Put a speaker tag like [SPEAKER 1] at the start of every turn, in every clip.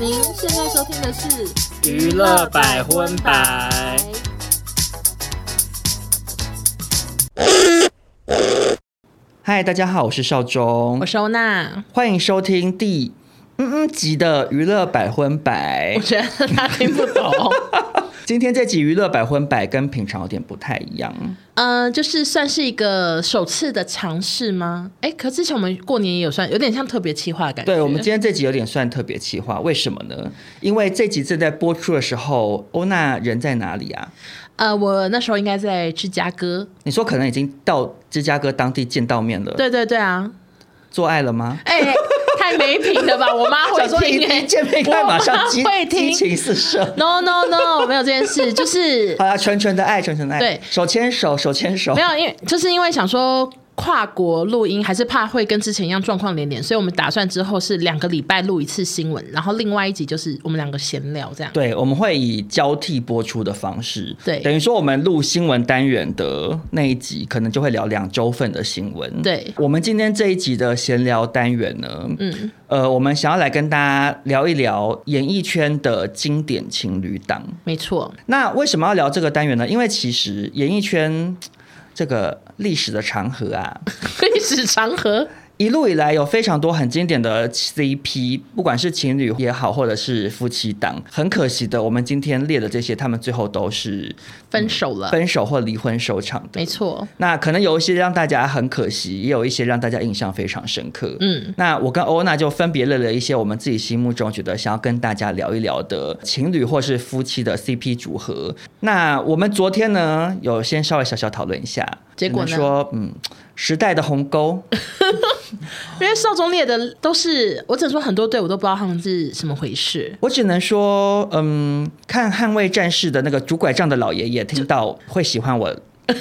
[SPEAKER 1] 您现在收听的是《
[SPEAKER 2] 娱乐百分百》。
[SPEAKER 3] 嗨，大家好，我是邵
[SPEAKER 1] 我
[SPEAKER 3] 忠，
[SPEAKER 1] 收纳，
[SPEAKER 3] 欢迎收听第嗯嗯集的娱乐百分百
[SPEAKER 1] 我。觉得他听不 懂。
[SPEAKER 3] 今天这集娱乐百分百跟平常有点不太一样，
[SPEAKER 1] 嗯、就是算是一个首次的尝试吗？哎，可之前我们过年也有算，有点像特别企划的感觉。
[SPEAKER 3] 对我们今天这集有点算特别企划，为什么呢？因为这集正在播出的时候，欧娜人在哪里啊？
[SPEAKER 1] 呃，我那时候应该在芝加哥。
[SPEAKER 3] 你说可能已经到芝加哥当地见到面了，
[SPEAKER 1] 对对对啊，
[SPEAKER 3] 做爱了吗？
[SPEAKER 1] 哎、太没品了吧！我妈会
[SPEAKER 3] 想说一
[SPEAKER 1] 听、哎
[SPEAKER 3] 一见面看马
[SPEAKER 1] 我
[SPEAKER 3] 上
[SPEAKER 1] 妈
[SPEAKER 3] 激
[SPEAKER 1] 会
[SPEAKER 3] 激
[SPEAKER 1] 听。
[SPEAKER 3] 情四射。
[SPEAKER 1] No no no，没有这件事，就是
[SPEAKER 3] 好啦，纯纯的爱，纯纯的爱，
[SPEAKER 1] 对
[SPEAKER 3] 手牵手，手牵手
[SPEAKER 1] 没。有，因为就是因为想说跨国录音，还是怕会跟之前一样状况连连，所以我们打算之后是两个礼拜录一次新闻，然后另外一集就是我们两个闲聊这样。
[SPEAKER 3] 对，我们会以交替播出的方式，
[SPEAKER 1] 对
[SPEAKER 3] 等于说我们录新闻单元的那一集，可能就会聊两周份的新闻。
[SPEAKER 1] 对
[SPEAKER 3] 我们今天这一集的闲聊单元呢，嗯，呃，我们想要来跟大家聊一聊演艺圈的经典情侣档。
[SPEAKER 1] 没错，
[SPEAKER 3] 那为什么要聊这个单元呢？因为其实演艺圈这个历史的长河啊，
[SPEAKER 1] 历史长河，
[SPEAKER 3] 一路以来有非常多很经典的 CP，不管是情侣也好，或者是夫妻档。很可惜的，我们今天列的这些，他们最后都是
[SPEAKER 1] 分手了，
[SPEAKER 3] 分手或离婚收场的。
[SPEAKER 1] 没错，
[SPEAKER 3] 那可能有一些让大家很可惜，也有一些让大家印象非常深刻。
[SPEAKER 1] 嗯，
[SPEAKER 3] 那我跟欧娜就分别列了一些我们自己心目中觉得想要跟大家聊一聊的情侣或是夫妻的 CP 组合。那我们昨天呢，有先稍微小小讨论一下，
[SPEAKER 1] 结果呢
[SPEAKER 3] 只能说嗯，时代的鸿沟。
[SPEAKER 1] 因为少中列的都是，我只能说很多队我都不知道他们是什么回事。
[SPEAKER 3] 我只能说，嗯，看《捍卫战士》的那个拄拐杖的老爷爷听到会喜欢我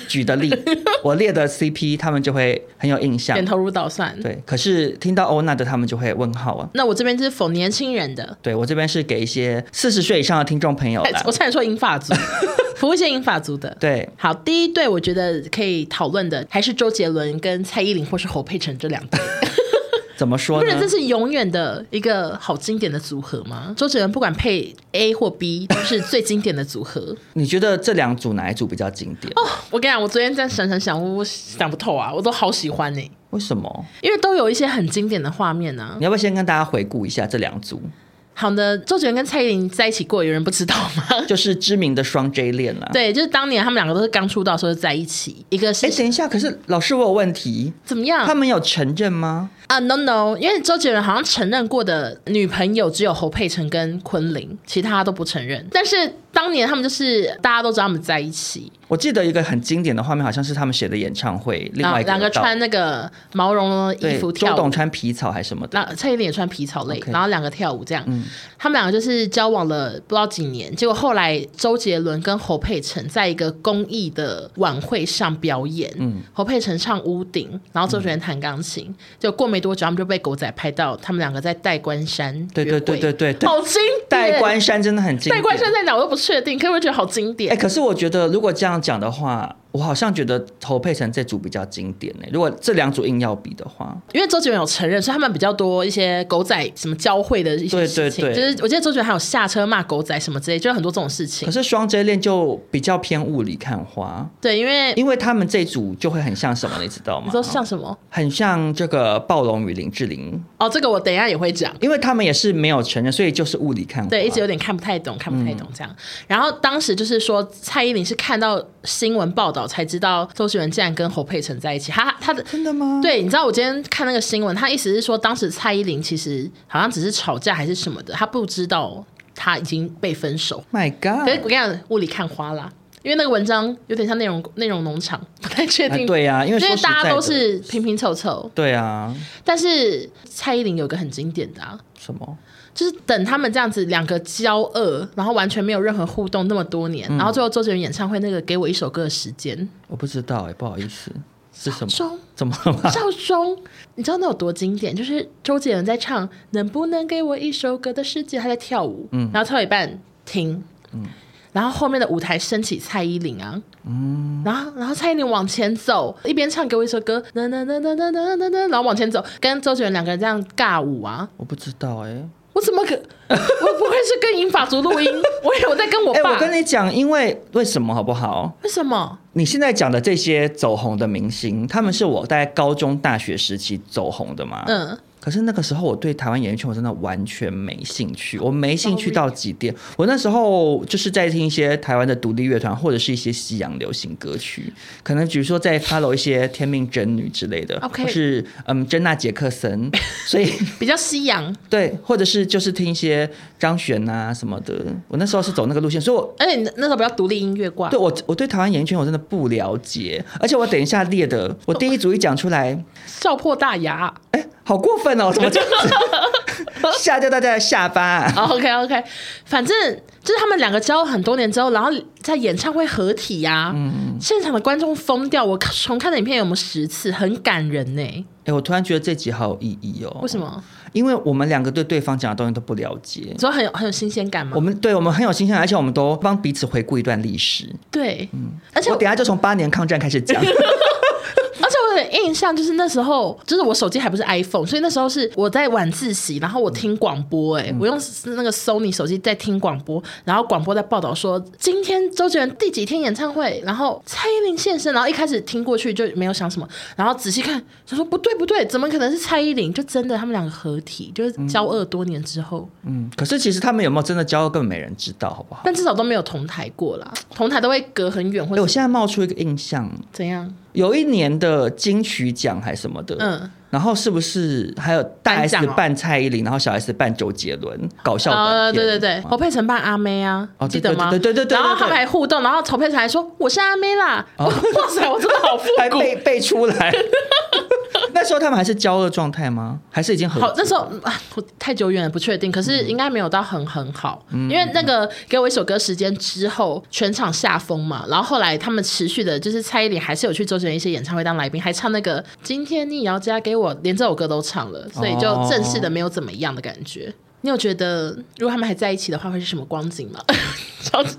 [SPEAKER 3] 举的例， 我列的 CP 他们就会很有印象
[SPEAKER 1] 点。头如捣蒜。
[SPEAKER 3] 对，可是听到欧娜的他们就会问号啊。
[SPEAKER 1] 那我这边是否年轻人的？
[SPEAKER 3] 对我这边是给一些四十岁以上的听众朋友啦
[SPEAKER 1] 我。差点说银发 族，服务一些银发族的。
[SPEAKER 3] 对，
[SPEAKER 1] 好，第一对我觉得可以讨论的还是周杰伦跟蔡依林或是侯佩岑这两对，
[SPEAKER 3] 怎么说
[SPEAKER 1] 不然
[SPEAKER 3] 呢
[SPEAKER 1] 这？是永远的一个好经典的组合吗？周杰伦不管配 A 或 B 都是最经典的组合。
[SPEAKER 3] 你觉得这两组哪一组比较经典？
[SPEAKER 1] 我跟你讲，我昨天在想想想，我想不透啊，我都好喜欢呢、
[SPEAKER 3] 为什么？
[SPEAKER 1] 因为都有一些很经典的画面呢、
[SPEAKER 3] 你要不要先跟大家回顾一下这两组？
[SPEAKER 1] 好的，周杰伦跟蔡依林在一起过，有人不知道吗？
[SPEAKER 3] 就是知名的双 J 恋啊啦。
[SPEAKER 1] 对，就是当年他们两个都是刚出道的时候就在一起，一个是
[SPEAKER 3] 哎，等一下，可是老师我有问题，
[SPEAKER 1] 怎么样？
[SPEAKER 3] 他们有承认吗？
[SPEAKER 1] 啊、n o no，因为周杰伦好像承认过的女朋友只有侯佩岑跟昆凌，其他都不承认。但是当年他们就是大家都知道他们在一起，
[SPEAKER 3] 我记得一个很经典的画面，好像是他们写的演唱会，另
[SPEAKER 1] 然后
[SPEAKER 3] 外一
[SPEAKER 1] 啊两个
[SPEAKER 3] 个到
[SPEAKER 1] 穿那个毛茸茸的衣
[SPEAKER 3] 对
[SPEAKER 1] 服
[SPEAKER 3] 周
[SPEAKER 1] 跳
[SPEAKER 3] 董
[SPEAKER 1] 舞，
[SPEAKER 3] 穿皮草还是什么的，
[SPEAKER 1] 然后蔡依林也穿皮草类
[SPEAKER 3] OK 嗯
[SPEAKER 1] 然后两个跳舞这样。他们两个就是交往了不知道几年，结果后来周杰伦跟侯佩岑在一个公益的晚会上表演，
[SPEAKER 3] 嗯
[SPEAKER 1] 侯佩岑唱《屋顶》，然后周杰伦弹钢琴。就过没多久，他们就被狗仔拍到，他们两个在戴冠山
[SPEAKER 3] 对
[SPEAKER 1] 约
[SPEAKER 3] 对
[SPEAKER 1] 会
[SPEAKER 3] 对对对对，
[SPEAKER 1] 好经典。
[SPEAKER 3] 戴冠山真的很经典。
[SPEAKER 1] 戴冠山在哪我都不确定，可是我觉得好经
[SPEAKER 3] 哎、
[SPEAKER 1] 典。
[SPEAKER 3] 可是我觉得如果这样讲的话，我好像觉得侯佩岑这组比较经典呢、如果这两组硬要比的话，
[SPEAKER 1] 因为周杰伦有承认，所以他们比较多一些狗仔什么交汇的一些
[SPEAKER 3] 对
[SPEAKER 1] 事情，
[SPEAKER 3] 对对
[SPEAKER 1] 就是我记得周杰伦还有下车骂狗仔什么之类，就是很多这种事情
[SPEAKER 3] 可。是双 J 恋就比较偏雾里看花，
[SPEAKER 1] 对，因为
[SPEAKER 3] 因为他们这组就会很像什么，你知道吗
[SPEAKER 1] 你？说像什么？
[SPEAKER 3] 很像这个暴龙与林志玲，
[SPEAKER 1] 哦，这个我等一下也会讲。
[SPEAKER 3] 因为他们也是没有承认，所以就是雾里看花。
[SPEAKER 1] 对，一直有点看不太懂，看不太
[SPEAKER 3] 嗯
[SPEAKER 1] 懂这样。然后当时就是说，蔡依林是看到新闻报道才知道周杰伦竟然跟侯佩岑在一起。他他的
[SPEAKER 3] 真的吗？
[SPEAKER 1] 对，你知道我今天看那个新闻，他意思是说，当时蔡依林其实好像只是吵架还是什么的，他不知道他已经被分手。
[SPEAKER 3] ，My
[SPEAKER 1] 可是
[SPEAKER 3] God！
[SPEAKER 1] 我跟你讲，雾里看花啦，因为那个文章有点像内容内容农场， 不太确
[SPEAKER 3] 啊
[SPEAKER 1] 定。，
[SPEAKER 3] 对呀、因为
[SPEAKER 1] 因
[SPEAKER 3] 说
[SPEAKER 1] 为
[SPEAKER 3] 实
[SPEAKER 1] 大家
[SPEAKER 3] 在
[SPEAKER 1] 都
[SPEAKER 3] 的
[SPEAKER 1] 是拼拼凑凑，
[SPEAKER 3] 对啊，
[SPEAKER 1] 但是蔡依林有个很经典的、啊，
[SPEAKER 3] 什么？
[SPEAKER 1] 就是等他们这样子两个交恶，然后完全没有任何互动那么多年，
[SPEAKER 3] 嗯
[SPEAKER 1] 然后最后周杰伦演唱会那个给我一首歌的时间，
[SPEAKER 3] 我不知道哎、不好意思，是什么？
[SPEAKER 1] 中
[SPEAKER 3] 怎么了 吗？
[SPEAKER 1] 赵忠，你知道那有多经典？就是周杰伦在唱《能不能给我一首歌的世界》，他在跳舞，
[SPEAKER 3] 嗯
[SPEAKER 1] 然后跳一半停，然后后面的舞台升起蔡依林啊，
[SPEAKER 3] 嗯
[SPEAKER 1] 然后然后蔡依林往前走，一边唱《给我一首歌》，呐呐呐呐呐呐呐呐，然后往前走，跟周杰伦两个人这样尬舞啊，
[SPEAKER 3] 我不知道哎、
[SPEAKER 1] 我怎么可？ 我不会是跟银发族录音，我有在跟我
[SPEAKER 3] 哎、
[SPEAKER 1] 爸。
[SPEAKER 3] 我跟你讲，因为为什么好不好？
[SPEAKER 1] 为什么？
[SPEAKER 3] 你现在讲的这些走红的明星，他们是我在高中、大学时期走红的嘛？
[SPEAKER 1] 嗯，
[SPEAKER 3] 可是那个时候，我对台湾演艺圈我真的完全没兴趣，我没兴趣
[SPEAKER 1] Sorry
[SPEAKER 3] 到极点。我那时候就是在听一些台湾的独立乐团，或者是一些西洋流行歌曲，可能比如说在 follow 一些天命真女之类的
[SPEAKER 1] OK
[SPEAKER 3] 或是嗯珍娜杰克森，所以
[SPEAKER 1] 比较西洋，
[SPEAKER 3] 对，或者是就是听一些张悬啊什么的。我那时候是走那个路线，所以我
[SPEAKER 1] 而且你那时候比较独立音乐挂
[SPEAKER 3] 对。我我对台湾演艺圈我真的不了解，而且我等一下列的，我第一组一讲出来，
[SPEAKER 1] 笑破大牙。
[SPEAKER 3] 哎、好过分哦，怎么这样子吓掉大家的下巴、啊
[SPEAKER 1] OK OK，反正就是他们两个交往很多年之后，然后在演唱会合体呀、
[SPEAKER 3] 嗯
[SPEAKER 1] 现场的观众疯掉。我看重看的影片有没有十次，很感人呢、
[SPEAKER 3] 哎、我突然觉得这集好有意义哦。
[SPEAKER 1] 为什？么？
[SPEAKER 3] 因为我们两个对对方讲的东西都不了解
[SPEAKER 1] 你，说很有很有新鲜感吗
[SPEAKER 3] 我？们对我们很有新鲜感，而且我们都帮彼此回顾一段历史。
[SPEAKER 1] 对，而且
[SPEAKER 3] 嗯我
[SPEAKER 1] 我
[SPEAKER 3] 等一下就从八年抗战开始讲。
[SPEAKER 1] 而且我有点印象，就是那时候，就是我手机还不是 iPhone，所以那时候是我在晚自习，然后我听广播、
[SPEAKER 3] 嗯
[SPEAKER 1] 哎、我用那个 Sony 手机在听广播，然后广播在报道说今天周杰伦第几天演唱会，然后蔡依林现身，然后一开始听过去就没有想什么，然后仔细看，他说不对不对，怎么可能是蔡依林？就真的他们两个合体，就是交恶多年之后，
[SPEAKER 3] 嗯，可是其实他们有没有真的交恶，根本没人知道，好不好？
[SPEAKER 1] 但至少都没有同台过啦，同台都会隔很远或
[SPEAKER 3] 哎、我
[SPEAKER 1] 者
[SPEAKER 3] 现在冒出一个印象，
[SPEAKER 1] 怎样，
[SPEAKER 3] 有一年的金曲奖还什么的，
[SPEAKER 1] 嗯。
[SPEAKER 3] 然后是不是还有大
[SPEAKER 1] 颁
[SPEAKER 3] S
[SPEAKER 1] 奖哦
[SPEAKER 3] 扮蔡依林，然后小 S 扮周杰伦，搞笑
[SPEAKER 1] 啊，
[SPEAKER 3] 短
[SPEAKER 1] 对
[SPEAKER 3] 片
[SPEAKER 1] 对对，侯佩岑扮阿妹啊，
[SPEAKER 3] 哦对
[SPEAKER 1] 记得吗？
[SPEAKER 3] 对对对对对对哦
[SPEAKER 1] 然后他们还互动，然后侯佩岑还说我是阿妹啦， 哇塞，我真的好复
[SPEAKER 3] 还
[SPEAKER 1] 古。
[SPEAKER 3] 背背出来。 那时候他们还是交恶状态吗？还是已经很
[SPEAKER 1] 好，那时候啊我太久远了，不确定，可是应该没有到很很好，
[SPEAKER 3] 嗯
[SPEAKER 1] 因为那个给我一首歌时间之后，全场下风嘛，然后后来他们持续的，就是蔡依林还是有去周杰伦一些演唱会当来宾，还唱那个今天你也要嫁给我，连这首歌都唱
[SPEAKER 3] 哦
[SPEAKER 1] 了，所以就正式的没有怎么样的感觉。你有觉得如果他们还在一起的话，会是什么光景吗？超级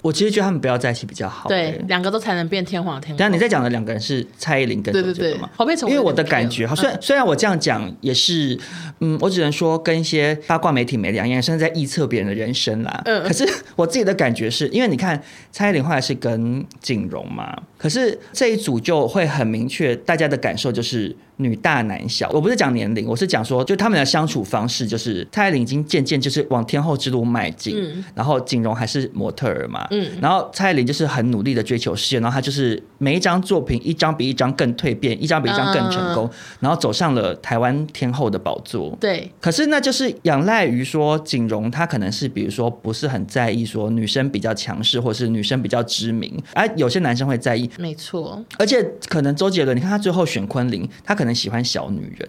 [SPEAKER 3] 我其实觉得他们不要在一起比较好、欸。
[SPEAKER 1] 对，两个都才能变天皇天后。
[SPEAKER 3] 但你在讲的两个人是蔡依林跟
[SPEAKER 1] 对
[SPEAKER 3] 周
[SPEAKER 1] 对
[SPEAKER 3] 杰
[SPEAKER 1] 对
[SPEAKER 3] 伦嘛？，
[SPEAKER 1] 侯佩岑
[SPEAKER 3] 因为
[SPEAKER 1] 有
[SPEAKER 3] 我的
[SPEAKER 1] 点
[SPEAKER 3] 感
[SPEAKER 1] 偏
[SPEAKER 3] 觉，好，虽然虽然我这样讲也是，嗯，我只能说跟一些八卦媒体没两样，甚至在臆测别人的人生啦。
[SPEAKER 1] 嗯
[SPEAKER 3] 可是我自己的感觉是，因为你看蔡依林后来是跟景荣嘛，可是这一组就会很明确，大家的感受就是女大男小。我不是讲年龄，我是讲说，就他们的相处方式，就是蔡依林已经渐渐就是往天后之路迈进，
[SPEAKER 1] 嗯
[SPEAKER 3] 然后景荣还是模特儿嘛，
[SPEAKER 1] 嗯
[SPEAKER 3] 然后蔡依林就是很努力的追求事业，然后她就是每一张作品一张比一张更蜕变，一张比一张
[SPEAKER 1] 啊
[SPEAKER 3] 更成功，然后走上了台湾天后的宝座。
[SPEAKER 1] 对
[SPEAKER 3] 可是那就是仰赖于说景荣，她可能是比如说不是很在意说女生比较强势，或是女生比较知名，而、有些男生会在意，
[SPEAKER 1] 没错，
[SPEAKER 3] 而且可能周杰伦，你看他最后选昆凌，他可能喜欢小女人，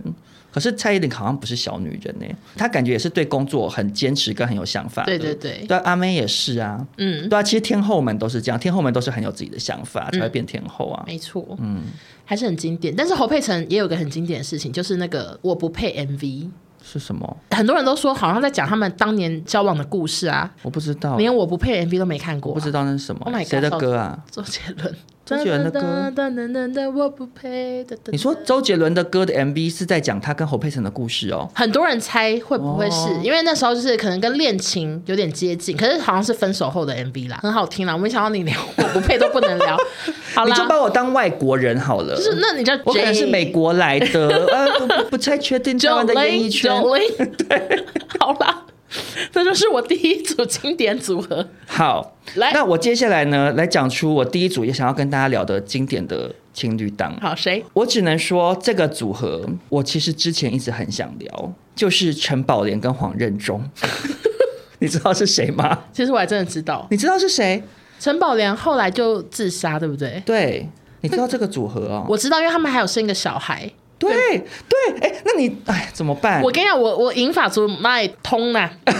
[SPEAKER 3] 可是蔡依林好像不是小女人呢、欸她感觉也是对工作很坚持跟很有想法
[SPEAKER 1] 对
[SPEAKER 3] 的。
[SPEAKER 1] 对对，
[SPEAKER 3] 对啊，阿妹也是啊，
[SPEAKER 1] 嗯，
[SPEAKER 3] 对啊，其实天后们都是这样，天后们都是很有自己的想法才会变天后啊。
[SPEAKER 1] 没错，嗯，还是很经典。但是侯佩岑也有个很经典的事情，就是那个我不配 MV，
[SPEAKER 3] 是什么？
[SPEAKER 1] 很多人都说好像在讲他们当年交往的故事啊，
[SPEAKER 3] 我不知道，
[SPEAKER 1] 连我不配 MV 都没看过、
[SPEAKER 3] 哦我不知
[SPEAKER 1] 道
[SPEAKER 3] 道那是什么
[SPEAKER 1] Oh my，God，
[SPEAKER 3] 谁的歌啊？
[SPEAKER 1] 周杰伦，
[SPEAKER 3] 周杰伦的歌
[SPEAKER 1] 噔噔噔噔噔，我不配。噔噔噔
[SPEAKER 3] 你说周杰伦的歌的 MV 是在讲他跟侯佩岑的故事哦？
[SPEAKER 1] 很多人猜会不会是、因为那时候就是可能跟恋情有点接近，可是好像是分手后的 MV 啦，很好听啦。我没想到你连我不配都不能 聊，好
[SPEAKER 3] 你
[SPEAKER 1] 啦，
[SPEAKER 3] 就把我当外国人好了。
[SPEAKER 1] 就是那你叫 J,
[SPEAKER 3] 呃我可能是美国来的， 呃，不不不太确定台湾的演艺圈。
[SPEAKER 1] Jolin，对， 好啦，这就是我第一组经典组合。
[SPEAKER 3] 好，
[SPEAKER 1] 来
[SPEAKER 3] 那我接下来呢，来讲出我第一组也想要跟大家聊的经典的情侣档。
[SPEAKER 1] 好，谁？
[SPEAKER 3] 我只能说，这个组合我其实之前一直很想聊，就是陈宝莲跟黄任中。 你知道是谁吗？
[SPEAKER 1] 其实我还真的知道，
[SPEAKER 3] 你知道是谁？
[SPEAKER 1] 陈宝莲后来就自杀，对不对？
[SPEAKER 3] 对，你知道这个组合哦。
[SPEAKER 1] 我知道，因为他们还有生一个小孩。
[SPEAKER 3] 对对，哎、那你哎怎么办？
[SPEAKER 1] 我跟你讲，我我银发族卖通 啦、然后
[SPEAKER 3] 你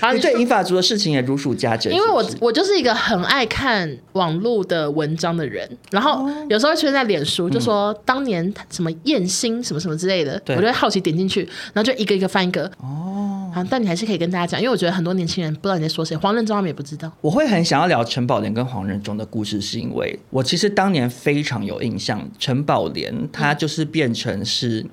[SPEAKER 1] 啊你说
[SPEAKER 3] 对银发族的事情也如数家珍，
[SPEAKER 1] 因为我
[SPEAKER 3] 是不是
[SPEAKER 1] 我就是一个很爱看网络的文章的人，然后
[SPEAKER 3] 哦
[SPEAKER 1] 有时候会出现在脸书，就说当年什么艳星什么什么之类的，
[SPEAKER 3] 嗯对
[SPEAKER 1] 我就会好奇点进去，然后就一个一个翻一个。哦，好，但你还是可以跟大家讲，因为我觉得很多年轻人不知道你在说谁，黄任啊中他们也不知道。
[SPEAKER 3] 我会很想要聊陈宝莲跟黄仁忠的故事，是因为我其实当年非常有印象，陈宝莲她就是变成是。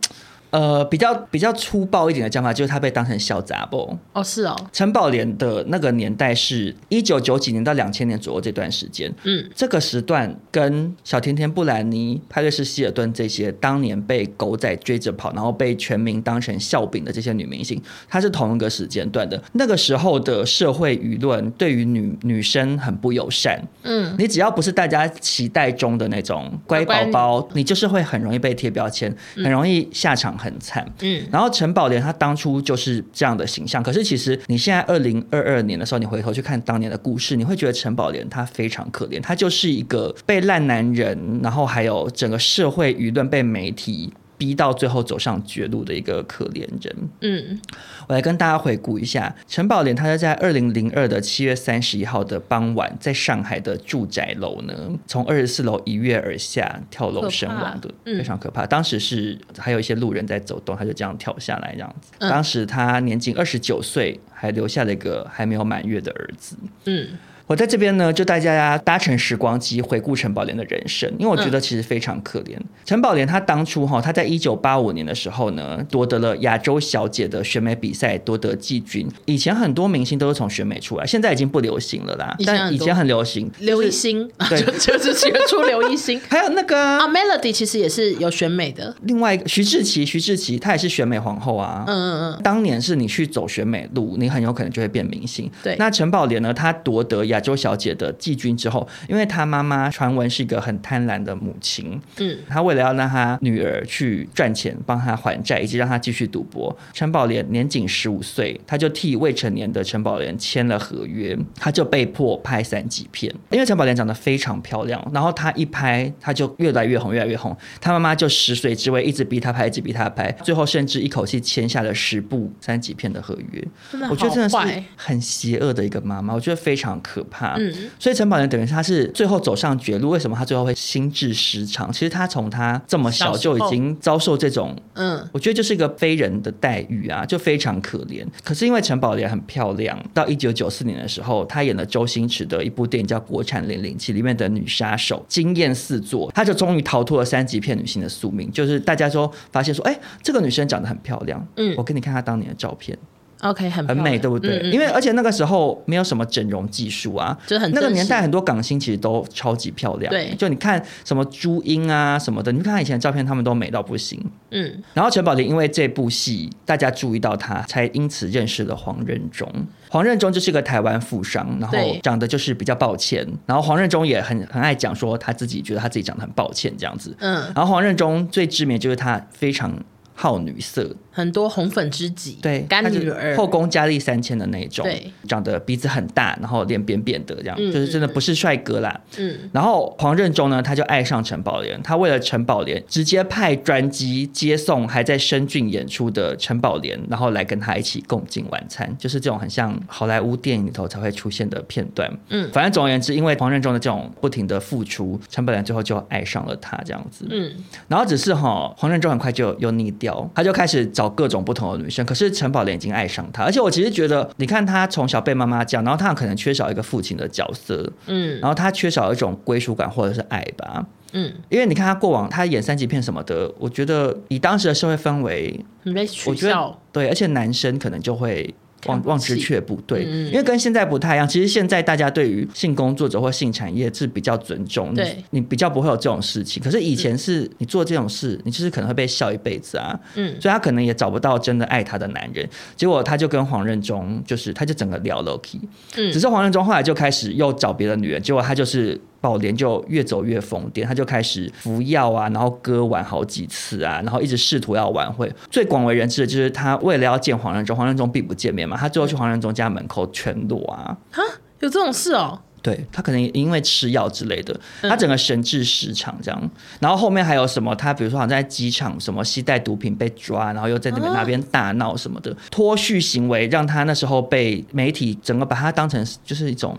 [SPEAKER 3] 呃，比较比较粗暴一点的讲法，就是他被当成小杂包。
[SPEAKER 1] 哦，是哦，
[SPEAKER 3] 陈宝莲的那个年代是一九九几年到两千年左右这段时间，
[SPEAKER 1] 嗯，
[SPEAKER 3] 这个时段跟小甜甜布兰妮、派瑞斯希尔顿这些当年被狗仔追着跑，然后被全民当成笑柄的这些女明星，她是同一个时间段的。那个时候的社会舆论对于女女生很不友善，
[SPEAKER 1] 嗯，
[SPEAKER 3] 你只要不是大家期待中的那种乖宝宝，你就是会很容易被贴标签，很容易下场很惨。
[SPEAKER 1] 嗯，
[SPEAKER 3] 然后陈宝莲她当初就是这样的形象，可是其实你现在二零二二年的时候，你回头去看当年的故事，你会觉得陈宝莲她非常可怜，她就是一个被烂男人，然后还有整个社会舆论被媒体。逼到最后走上绝路的一个可怜人，
[SPEAKER 1] 嗯，
[SPEAKER 3] 我来跟大家回顾一下，陈宝莲她是在二零零二的七月三十一号的傍晚，在上海的住宅楼呢，从二十四楼一跃而下，跳楼身亡的
[SPEAKER 1] 可怕，嗯
[SPEAKER 3] 非常可怕。当时是还有一些路人在走动，她就这样跳下来，这样子。
[SPEAKER 1] 嗯
[SPEAKER 3] 当时她年仅二十九岁，还留下了一个还没有满月的儿子。
[SPEAKER 1] 嗯，
[SPEAKER 3] 我在这边呢，就带大家搭乘时光机回顾陈宝莲的人生，因为我觉得其实非常可
[SPEAKER 1] 嗯
[SPEAKER 3] 怜。陈宝莲她当初哈，她在一九八五年的时候呢，夺得了亚洲小姐的选美比赛，夺得季军。以前很多明星都是从选美出来，现在已经不流行了啦
[SPEAKER 1] 以，前很多
[SPEAKER 3] 但以前很流行。
[SPEAKER 1] 刘一 星，
[SPEAKER 3] 对
[SPEAKER 1] 就就是学出刘一 星
[SPEAKER 3] 还有那个啊、
[SPEAKER 1] 啊，Melody 其实也是有选美的，
[SPEAKER 3] 另外一个徐志奇，徐志奇她也是选美皇后啊。
[SPEAKER 1] 嗯嗯嗯，
[SPEAKER 3] 当年是你去走选美路，你很有可能就会变明星。
[SPEAKER 1] 对
[SPEAKER 3] 那陈宝莲呢？她夺得亚洲小姐的季军之后，因为她妈妈传闻是一个很贪婪的母亲，
[SPEAKER 1] 嗯，
[SPEAKER 3] 她为了要让她女儿去赚钱，帮她还债，以及让她继续赌博，陈宝莲年仅十五岁，她就替未成年的陈宝莲签了合约，她就被迫拍三级片。因为陈宝莲长得非常漂亮，然后她一拍，她就越来越红，越来越红。她妈妈就食髓知味，一直逼她拍，一直逼她拍，最后甚至一口气签下了十部三级片的合约。
[SPEAKER 1] 嗯真的
[SPEAKER 3] 我觉得真的
[SPEAKER 1] 好
[SPEAKER 3] 是
[SPEAKER 1] 坏，
[SPEAKER 3] 很邪恶的一个妈妈，我觉得非常可怕。
[SPEAKER 1] 嗯
[SPEAKER 3] 所以陈宝莲等于是她是最后走上绝路，为什么她最后会心智失常？其实她从她这么小
[SPEAKER 1] 小时候
[SPEAKER 3] 就已经遭受这种
[SPEAKER 1] 嗯
[SPEAKER 3] 我觉得就是一个非人的待遇啊，就非常可怜。可是因为陈宝莲很漂亮，到一九九四年的时候，她演了周星驰的一部电影叫《国产零零七》，里面的女杀手惊艳四座，她就终于逃脱了三级片女性的宿命。就是大家说发现说，哎、这个女生长得很漂亮，
[SPEAKER 1] 嗯
[SPEAKER 3] 我给你看她当年的照片，
[SPEAKER 1] ，OK，很
[SPEAKER 3] 很
[SPEAKER 1] 漂
[SPEAKER 3] 美，
[SPEAKER 1] 亮
[SPEAKER 3] 对不对？
[SPEAKER 1] 嗯嗯
[SPEAKER 3] 因为而且那个时候没有什么整容技术啊，
[SPEAKER 1] 就是很
[SPEAKER 3] 那个
[SPEAKER 1] 真
[SPEAKER 3] 年
[SPEAKER 1] 实
[SPEAKER 3] 代很多港星其实都超级漂亮，
[SPEAKER 1] 对
[SPEAKER 3] 就你看什么朱茵啊什么的，你看她以前的照片，她们都美到不行。
[SPEAKER 1] 嗯，
[SPEAKER 3] 然后陈宝莲因为这部戏，大家注意到她，才因此认识了黄任中。黄任中就是个台湾富商，然后
[SPEAKER 1] 对
[SPEAKER 3] 长得就是比较抱歉。然后黄任中也很很爱讲说他自己觉得他自己长得很抱歉这样子。
[SPEAKER 1] 嗯，
[SPEAKER 3] 然后黄任中最知名就是他非常好女色，
[SPEAKER 1] 很多红粉知己，
[SPEAKER 3] 对，他
[SPEAKER 1] 干
[SPEAKER 3] 就
[SPEAKER 1] 女
[SPEAKER 3] 是
[SPEAKER 1] 儿，
[SPEAKER 3] 后宫佳丽三千的那一种
[SPEAKER 1] 对，
[SPEAKER 3] 长得鼻子很大，然后脸扁扁的这样，
[SPEAKER 1] 嗯
[SPEAKER 3] 就是真的不是帅哥啦。
[SPEAKER 1] 嗯，
[SPEAKER 3] 然后黄任中呢，他就爱上陈宝莲，他为了陈宝莲直接派专机接送还在深圳演出的陈宝莲，然后来跟他一起共进晚餐，就是这种很像好莱坞电影里头才会出现的片段。
[SPEAKER 1] 嗯
[SPEAKER 3] 反正总而言之，因为黄任中的这种不停的付出，陈宝莲最后就爱上了他这样子。
[SPEAKER 1] 嗯，
[SPEAKER 3] 然后只是哈，黄任中很快就又腻掉，他就开始找各种不同的女生。可是陈宝莲已经爱上他，而且我其实觉得，你看他从小被妈妈教，然后他可能缺少一个父亲的角色，
[SPEAKER 1] 嗯
[SPEAKER 3] 然后他缺少一种归属感或者是爱吧。
[SPEAKER 1] 嗯，
[SPEAKER 3] 因为你看他过往，他演三级片什么的，我觉得以当时的社会氛围，
[SPEAKER 1] 你被
[SPEAKER 3] 我
[SPEAKER 1] 取
[SPEAKER 3] 觉得
[SPEAKER 1] 笑，
[SPEAKER 3] 对，而且男生可能就会。望
[SPEAKER 1] 看不起
[SPEAKER 3] 望之却步，对，
[SPEAKER 1] 嗯
[SPEAKER 3] 因为跟现在不太一样。其实现在大家对于性工作者或性产业是比较尊重，你
[SPEAKER 1] 对
[SPEAKER 3] 你比较不会有这种事情。可是以前是你做这种事，你就是可能会被笑一辈子啊。
[SPEAKER 1] 嗯
[SPEAKER 3] 所以她可能也找不到真的爱她的男人。结果她就跟黄任中，就是她就整个聊 Loki，
[SPEAKER 1] 嗯
[SPEAKER 3] 只是黄仁忠后来就开始又找别的女人，结果他就是宝莲就越走越疯癫，他就开始服药啊，然后割腕好几次啊，然后一直试图要挽回。最广为人知的就是他为了要见黄仁忠，黄仁忠并不见面嘛，他最后去黄仁忠家门口全裸啊。
[SPEAKER 1] 哈，有这种事哦，
[SPEAKER 3] 对他可能因为吃药之类的，
[SPEAKER 1] 嗯
[SPEAKER 3] 他整个神志失常这样。然后后面还有什么？他比如说好像在机场什么携带毒品被抓，然后又在那边
[SPEAKER 1] 啊
[SPEAKER 3] 那边大闹什么的，脱序行为让他那时候被媒体整个把他当成就是一种。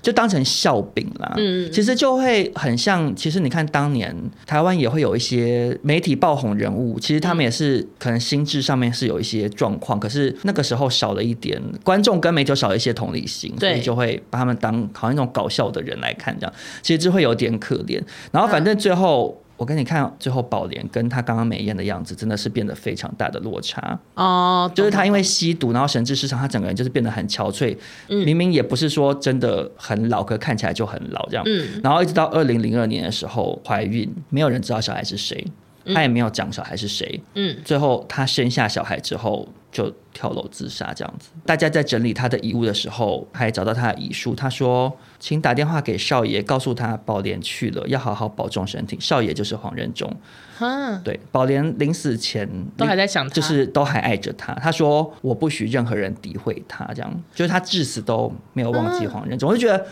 [SPEAKER 3] 就当成笑柄啦，
[SPEAKER 1] 嗯
[SPEAKER 3] 其实就会很像。其实你看，当年台湾也会有一些媒体爆红人物，其实他们也是可能心智上面是有一些状况，可是那个时候少了一点观众跟媒体有少了一些同理心，所以
[SPEAKER 1] 对
[SPEAKER 3] 就会把他们当好像那种搞笑的人来看，这样其实就会有点可怜。然后反正最后。我跟你看，最后宝莲跟她刚刚美艳的样子，真的是变得非常大的落差。
[SPEAKER 1] 哦，
[SPEAKER 3] 就是她因为吸毒，然后神志失常，她整个人就是变得很憔悴。
[SPEAKER 1] 嗯
[SPEAKER 3] 明明也不是说真的很老，可看起来就很老这样。
[SPEAKER 1] 嗯
[SPEAKER 3] 然后一直到二零零二年的时候怀孕，没有人知道小孩是谁，她也没有讲小孩是谁。
[SPEAKER 1] 嗯
[SPEAKER 3] 最后她生下小孩之后就跳楼自杀，这样子。大家在整理她的遗物的时候，还找到她的遗书，她说：“请打电话给少爷，告诉他宝莲去了，要好好保重身体。”少爷就是黄仁忠。
[SPEAKER 1] 哈，
[SPEAKER 3] 对，宝莲临死前
[SPEAKER 1] 都还在想他，
[SPEAKER 3] 就是都还爱着他。他说：“我不许任何人诋毁他。”这样，就是他至死都没有忘记黄仁忠。我就觉得，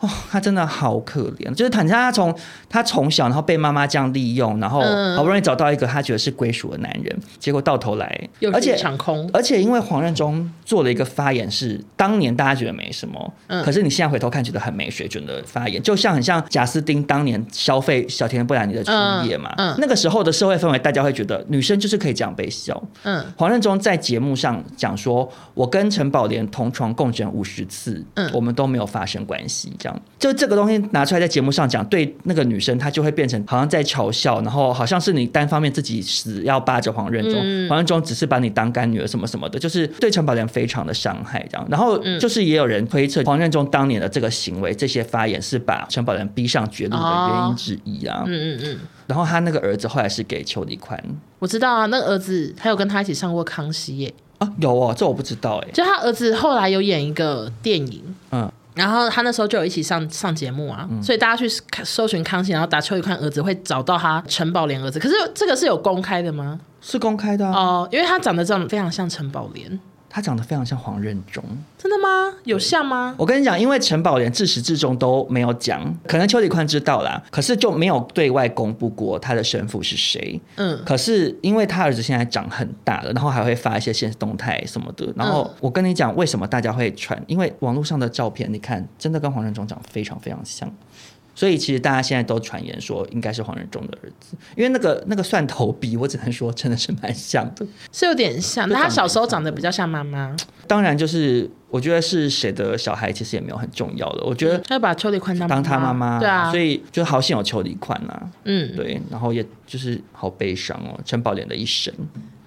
[SPEAKER 3] 哦，他真的好可怜。就是坦下他从他从小，然后被妈妈这样利用，然后
[SPEAKER 1] 嗯
[SPEAKER 3] 好不容易找到一个他觉得是归属的男人，结果到头来，
[SPEAKER 1] 又
[SPEAKER 3] 而
[SPEAKER 1] 是一
[SPEAKER 3] 且
[SPEAKER 1] 场空，
[SPEAKER 3] 而且因为黄任中做了一个发言是，当年大家觉得没什么，
[SPEAKER 1] 嗯
[SPEAKER 3] 可是你现在回头看觉得很没水准的发言，就像很像贾斯汀当年消费小甜甜布兰妮的初夜嘛，
[SPEAKER 1] 嗯嗯
[SPEAKER 3] 那个时候的社会氛围，大家会觉得女生就是可以这样被笑。
[SPEAKER 1] 嗯
[SPEAKER 3] 黄任中在节目上讲说，我跟陈宝莲同床共枕五十次，
[SPEAKER 1] 嗯
[SPEAKER 3] 我们都没有发生关系，这样就这个东西拿出来在节目上讲，对那个女生她就会变成好像在嘲笑，然后好像是你单方面自己死要扒着黄任中，
[SPEAKER 1] 嗯
[SPEAKER 3] 黄任中只是把你当干女儿什么什么的，就是对陈宝莲非常的伤害这样。然后就是也有人推测黄任中当年的这个行为、这些发言是把陈宝莲逼上绝路的原因之一啊。
[SPEAKER 1] 嗯嗯嗯，
[SPEAKER 3] 然后他那个儿子后来是给邱礼宽。
[SPEAKER 1] 我知道啊，那个儿子还有跟他一起上过《康熙》耶，
[SPEAKER 3] 啊，有哦，这我不知道哎、
[SPEAKER 1] 就他儿子后来有演一个电影，
[SPEAKER 3] 嗯
[SPEAKER 1] 嗯，然后他那时候就有一起上上节目啊，所以大家去看搜寻康熙，然后打邱宇宽儿子会找到他陈宝莲儿子，可是这个是有公开的吗？
[SPEAKER 3] 是公开的啊。
[SPEAKER 1] 哦、因为他长得这样非常像陈宝莲，
[SPEAKER 3] 他长得非常像黄任中。
[SPEAKER 1] 真的吗？有像吗？
[SPEAKER 3] 我跟你讲，因为陈宝莲自始至终都没有讲，可能邱礼宽知道啦，可是就没有对外公布过他的生父是谁。
[SPEAKER 1] 嗯，
[SPEAKER 3] 可是因为他儿子现在长很大了，然后还会发一些现实动态什么的。然后
[SPEAKER 1] 嗯
[SPEAKER 3] 我跟你讲，为什么大家会传？因为网络上的照片，你看真的跟黄任中长非常非常像。所以其实大家现在都传言说应该是黄任中的儿子，因为那个那个蒜头鼻，我只能说真的是蛮像的。
[SPEAKER 1] 是有点像，
[SPEAKER 3] 就
[SPEAKER 1] 但他
[SPEAKER 3] 长
[SPEAKER 1] 小
[SPEAKER 3] 得
[SPEAKER 1] 时候
[SPEAKER 3] 蛮像
[SPEAKER 1] 长得比较像妈妈，
[SPEAKER 3] 当然，就是我觉得是谁的小孩其实也没有很重要的，我觉得
[SPEAKER 1] 他就把邱丽宽嗯当
[SPEAKER 3] 当他妈妈，
[SPEAKER 1] 对啊，
[SPEAKER 3] 所以就好险有邱礼宽啦，
[SPEAKER 1] 嗯，
[SPEAKER 3] 对，然后也就是好悲伤哦，陈宝莲的一生，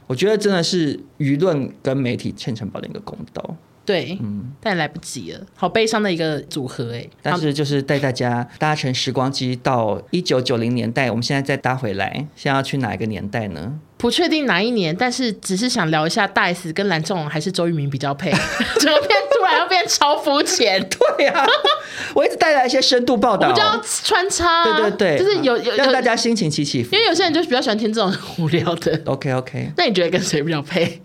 [SPEAKER 3] 我觉得真的是舆论跟媒体欠陈宝莲一个公道，
[SPEAKER 1] 对，但也来不及了，好悲伤的一个组合哎、
[SPEAKER 3] 嗯但
[SPEAKER 1] 好
[SPEAKER 3] 是就是带大家搭乘时光机到一九九零年代，我们现在再搭回来，现在要去哪一个年代呢？
[SPEAKER 1] 不确定哪一年，但是只是想聊一下大 S 跟蓝正龙还是周渝民比较 配，怎么变突然要变超肤浅？
[SPEAKER 3] 对呀、我一直带来一些深度报
[SPEAKER 1] 我
[SPEAKER 3] 道
[SPEAKER 1] 们就，要穿插，啊
[SPEAKER 3] 对对对，
[SPEAKER 1] 就是有有
[SPEAKER 3] 让
[SPEAKER 1] 有
[SPEAKER 3] 大，家心情起起伏
[SPEAKER 1] 因。为有些人就比较喜欢听这种无聊的。
[SPEAKER 3] OK OK，
[SPEAKER 1] 那你觉得跟谁比较配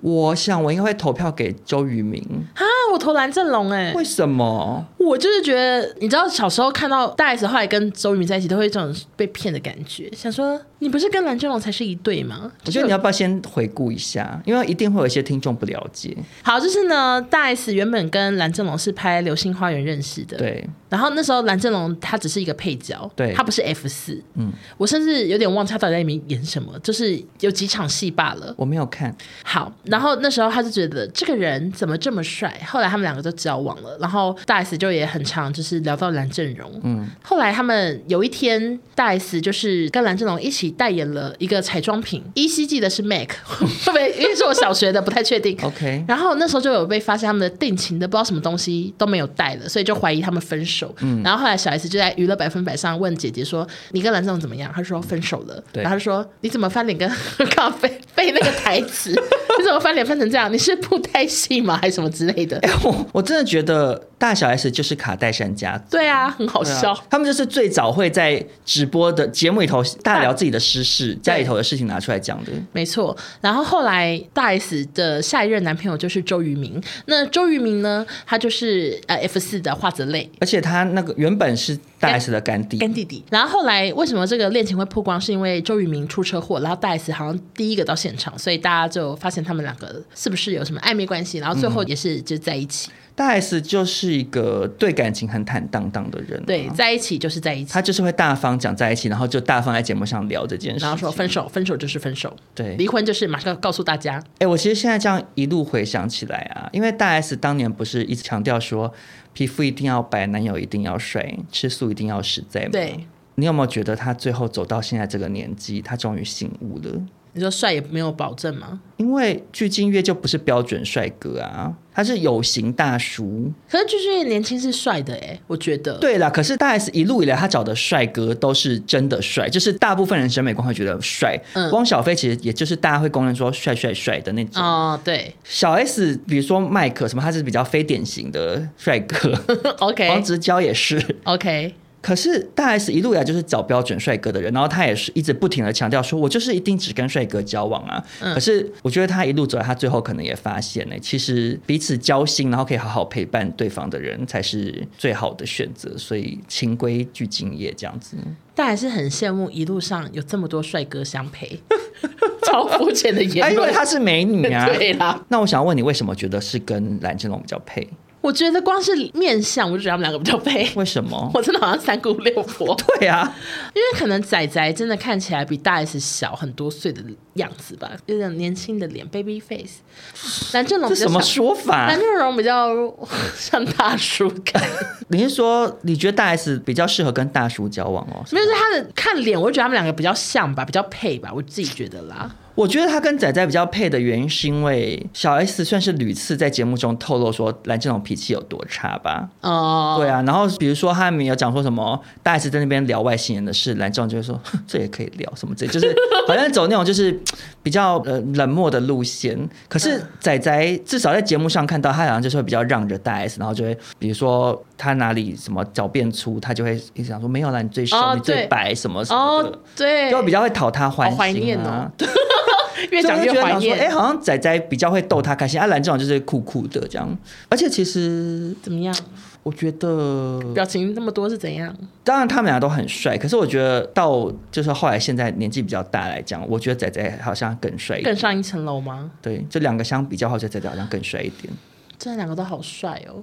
[SPEAKER 3] 我想我应该会投票给周渝民，
[SPEAKER 1] 啊？我投蓝正龙哎、
[SPEAKER 3] 为什么？
[SPEAKER 1] 我就是觉得，你知道小时候看到大 S 后来跟周渝民在一起，都会有一种被骗的感觉，想说你不是跟蓝正龙才是一对吗？
[SPEAKER 3] 我觉得你要不要先回顾一下，因为一定会有一些听众不了解。
[SPEAKER 1] 好，就是呢，大 S 原本跟蓝正龙是拍《流星花园》认识的，
[SPEAKER 3] 对，
[SPEAKER 1] 然后那时候蓝正龙他只是一个配角，
[SPEAKER 3] 对
[SPEAKER 1] 他不是 F 四，嗯，我甚至有点忘记他到底在里面演什么，就是有几场戏罢了。
[SPEAKER 3] 我没有看，
[SPEAKER 1] 好，然后那时候他就觉得这个人怎么这么帅，后来他们两个就交往了，然后大 S 就也很常就是聊到蓝正龙，嗯，后来他们有一天大 S 就是跟蓝正龙一起代言了一个彩妆品，依稀记得是 MAC，会不会因为是我小学的不太确定
[SPEAKER 3] OK
[SPEAKER 1] 然后那时候就有被发现他们的定情的不知道什么东西都没有带了，所以就怀疑他们分手。
[SPEAKER 3] 嗯
[SPEAKER 1] 然后后来小 S 就在娱乐百分百上问姐姐说：“你跟蓝正龙怎么样？”她说：“分手了。”
[SPEAKER 3] 对
[SPEAKER 1] 然后她说：“你怎么翻脸跟 喝咖啡背那个台词？ 你怎么翻脸翻成这样？你是布袋戏吗？还是什么之类的
[SPEAKER 3] 哎、我我真的觉得大小 S 就是卡戴珊家族。？”
[SPEAKER 1] 对啊，很好
[SPEAKER 3] 对啊
[SPEAKER 1] 笑。
[SPEAKER 3] 他们就是最早会在直播的节目里头大聊自己的私事，家里头的事情拿出来讲的。
[SPEAKER 1] 没错，然后后来大 S 的下一任男朋友就是周渝民。那周渝民呢，他就是呃 F 四的画泽类，
[SPEAKER 3] 而且他那个原本是大
[SPEAKER 1] 干
[SPEAKER 3] S 的干弟，
[SPEAKER 1] 干弟弟。然后后来为什么这个恋情会曝光？是因为周渝民出车祸，然后大 S 好像第一个到现场，所以大家就发现他们两个是不是有什么暧昧关系？然后最后也是就在一起，
[SPEAKER 3] 大 S 就是一个对感情很坦荡荡的人、啊
[SPEAKER 1] 对，，在一起就是在一起
[SPEAKER 3] 他。就是会大方讲在一起，然后就大方在节目上聊这件事情。
[SPEAKER 1] 然后说分手，分手就是分手，
[SPEAKER 3] 对，
[SPEAKER 1] 离婚就是马上告诉大家。
[SPEAKER 3] 哎、我其实现在这样一路回想起来啊，因为大 S 当年不是一直强调说，皮肤一定要白，男友一定要帅，吃素一定要实在嘛。
[SPEAKER 1] 对。
[SPEAKER 3] 你有没有觉得他最后走到现在这个年纪，他终于醒悟了？
[SPEAKER 1] 你说帅也没有保证吗？
[SPEAKER 3] 因为巨金月就不是标准帅哥啊，他是有型大叔。
[SPEAKER 1] 可是巨俊也年轻是帅的哎、我觉得。
[SPEAKER 3] 对啦，可是大 S 一路以来他找的帅哥都是真的帅，就是大部分人审美观会觉得帅。
[SPEAKER 1] 嗯
[SPEAKER 3] 汪小菲其实也就是大家会公认说帅帅帅的那种。
[SPEAKER 1] 哦，对
[SPEAKER 3] 小 S 比如说麦克什么，他是比较非典型的帅哥，王
[SPEAKER 1] ，OK
[SPEAKER 3] 直娇也是。
[SPEAKER 1] OK，
[SPEAKER 3] 可是大 S 一路以来就是找标准帅哥的人，然后他也是一直不停的强调说，我就是一定只跟帅哥交往啊。
[SPEAKER 1] 嗯
[SPEAKER 3] 可是我觉得他一路走来，他最后可能也发现呢、其实彼此交心，然后可以好好陪伴对方的人才是最好的选择。所以情归俱敬业这样子，
[SPEAKER 1] 但还是很羡慕一路上有这么多帅哥相陪， 超肤浅的
[SPEAKER 3] 啊，
[SPEAKER 1] 言
[SPEAKER 3] 因为
[SPEAKER 1] 论。
[SPEAKER 3] 她是美女啊。
[SPEAKER 1] 对啦，
[SPEAKER 3] 那我想问你，为什么觉得是跟蓝正龙比较配？
[SPEAKER 1] 我觉得光是面相，我就觉得他们两个比较配。
[SPEAKER 3] 为什么？
[SPEAKER 1] 我真的好像三姑六婆，
[SPEAKER 3] 对啊，
[SPEAKER 1] 因为可能仔仔真的看起来比大 S 小很多岁的样子吧，有点年轻的脸，baby face。蓝正龙
[SPEAKER 3] 这
[SPEAKER 1] 比较
[SPEAKER 3] 什么
[SPEAKER 1] 像
[SPEAKER 3] 说啊法
[SPEAKER 1] 蓝？正龙比较像大叔 感，
[SPEAKER 3] 你是说你觉得大 S 比较适合跟大叔交往哦？
[SPEAKER 1] 没有，就是他的看脸，我就觉得他们两个比较像吧，比较配吧，我自己觉得啦。
[SPEAKER 3] 我觉得他跟仔仔比较配的原因，是因为小 S 算是屡次在节目中透露说蓝正龙脾气有多差吧。
[SPEAKER 1] 哦、
[SPEAKER 3] 对啊，然后比如说他们有讲说什么，大 S 在那边聊外星人的事，蓝正龙就会说 哼这也可以聊什么这，就是 好像走那种就是比较呃冷漠的路线。可是仔仔至少在节目上看到他好像就是会比较让着大 S，然后就会比如说他哪里什么脚变粗，他就会一直讲说没有啦，你最瘦，
[SPEAKER 1] 哦
[SPEAKER 3] 你最
[SPEAKER 1] 对
[SPEAKER 3] 白什么什么的。
[SPEAKER 1] 哦，对，
[SPEAKER 3] 就比较会讨他欢
[SPEAKER 1] 好
[SPEAKER 3] 心、啊，
[SPEAKER 1] 怀念哦越讲越
[SPEAKER 3] 就会觉得
[SPEAKER 1] 怀
[SPEAKER 3] 想说
[SPEAKER 1] 念。
[SPEAKER 3] 哎、好像仔仔比较会逗他开心，阿兰这种就是酷酷的这样。而且其实
[SPEAKER 1] 怎么样？
[SPEAKER 3] 我觉得，
[SPEAKER 1] 表情那么多是怎样？
[SPEAKER 3] 当然他们俩都很帅，可是我觉得到就是后来现在年纪比较大来讲，我觉得仔仔好像更帅一点。
[SPEAKER 1] 更上一层楼吗？
[SPEAKER 3] 对，就两个相比较后，我觉得仔仔好像更帅一点。
[SPEAKER 1] 真的两个都好帅哦。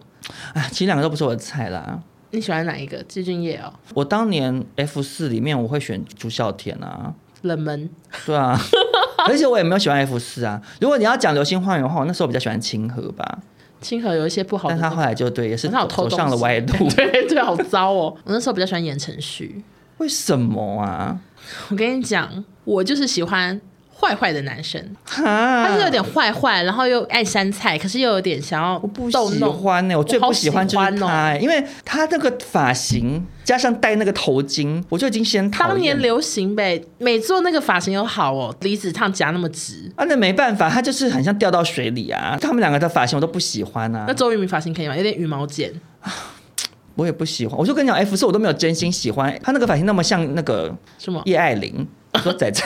[SPEAKER 3] 哎，其实两个都不是我的菜啦。
[SPEAKER 1] 你喜欢哪一个？季俊业哦，
[SPEAKER 3] 我当年 F 四里面我会选朱孝天啊，
[SPEAKER 1] 冷门
[SPEAKER 3] 对啊，而且我也没有喜欢 F 四啊。如果你要讲《流星花园》的话，我那时候比较喜欢清河吧，
[SPEAKER 1] 清河有一些不好的
[SPEAKER 3] 但
[SPEAKER 1] 地
[SPEAKER 3] 他
[SPEAKER 1] 方，
[SPEAKER 3] 后来就对也是
[SPEAKER 1] 很好
[SPEAKER 3] 走
[SPEAKER 1] 偷东
[SPEAKER 3] 走
[SPEAKER 1] 西
[SPEAKER 3] 上了歪 路。
[SPEAKER 1] 对对，好糟哦。 我那时候比较喜欢言承旭。
[SPEAKER 3] 为什么啊？
[SPEAKER 1] 我跟你讲，我就是喜欢坏坏的男生，
[SPEAKER 3] 哈，
[SPEAKER 1] 他是有点坏坏，然后又爱山菜，可是又有点想要
[SPEAKER 3] 我不
[SPEAKER 1] 逗
[SPEAKER 3] 喜
[SPEAKER 1] 弄。
[SPEAKER 3] 欢呢、我最
[SPEAKER 1] 我好
[SPEAKER 3] 不喜欢就是
[SPEAKER 1] 喜
[SPEAKER 3] 他、
[SPEAKER 1] 欢哦
[SPEAKER 3] 因为他那个发型加上戴那个头巾，我就已经先讨厌。
[SPEAKER 1] 当年流行呗，每做那个发型有好哦，离子烫夹那么直。
[SPEAKER 3] 啊，那没办法，他就是很像掉到水里啊。他们两个的发型我都不喜欢啊
[SPEAKER 1] 那，周渝民发型可以吗？有点羽毛剪，
[SPEAKER 3] 我也不喜欢。我就跟你讲，F 四我都没有真心喜欢他那个发型，那么像那个
[SPEAKER 1] 什么？
[SPEAKER 3] 叶爱玲。说 仔仔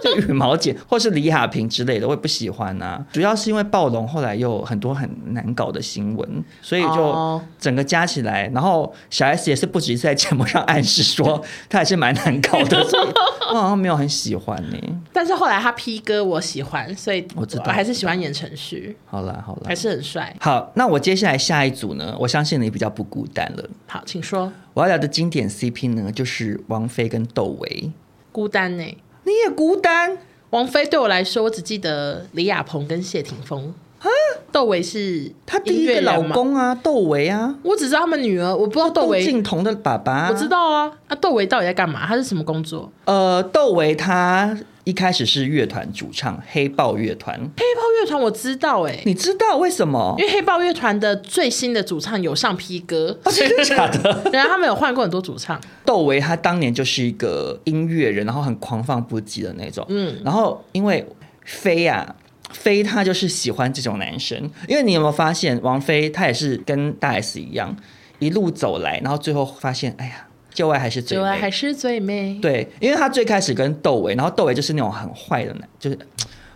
[SPEAKER 3] 就羽毛姐或是李亚平之类的，我也不喜欢啊。主要是因为暴龙后来又有很多很难搞的新闻，所以就
[SPEAKER 1] 哦
[SPEAKER 3] 整个加起来，然后小 S 也是不止一次在节目上暗 示说他还是蛮难搞的，所以我好像没有很喜欢呢、
[SPEAKER 1] 但是后来他 P 哥我喜欢，所以
[SPEAKER 3] 我知道
[SPEAKER 1] 还是喜欢言承旭，
[SPEAKER 3] 好啦好啦
[SPEAKER 1] 还，是很帅。
[SPEAKER 3] 好，那我接下来下一组呢，我相信你比较不孤单了。
[SPEAKER 1] 好，请说。
[SPEAKER 3] 我要聊的经典 CP 呢，就是王菲跟窦唯。
[SPEAKER 1] 孤单呢、
[SPEAKER 3] 你也孤单？
[SPEAKER 1] 王菲对我来说，我只记得李亚鹏跟谢霆锋。窦唯是
[SPEAKER 3] 她第一
[SPEAKER 1] 音
[SPEAKER 3] 个
[SPEAKER 1] 乐
[SPEAKER 3] 老
[SPEAKER 1] 人嘛，
[SPEAKER 3] 公啊，窦唯啊。
[SPEAKER 1] 我只知道他们女儿，我不知道窦
[SPEAKER 3] 窦
[SPEAKER 1] 唯
[SPEAKER 3] 靖童的爸爸，
[SPEAKER 1] 我知。道啊，那窦唯到底在干嘛？他是什么工作？
[SPEAKER 3] 呃，窦唯他一开始是乐团主唱，黑豹乐团。
[SPEAKER 1] 黑豹乐团我知道哎、
[SPEAKER 3] 你知道为什么
[SPEAKER 1] 哦因？为黑豹乐团的最新的主唱有上 P 哥，
[SPEAKER 3] 啊真的假的？
[SPEAKER 1] 然后他们有换过很多主唱，
[SPEAKER 3] 窦唯他当年就是一个音乐人，然后很狂放不羁的那种。嗯
[SPEAKER 1] 嗯，
[SPEAKER 3] 然后因为飞啊。飞他就是喜欢这种男生，因为你有没有发现，王菲她也是跟大 S 一样，一路走来，然后最后发现，哎呀，旧爱还是最
[SPEAKER 1] 九爱
[SPEAKER 3] 美
[SPEAKER 1] 还。是最美。
[SPEAKER 3] 对，因为他最开始跟窦唯，然后窦唯就是那种很坏的男，就是。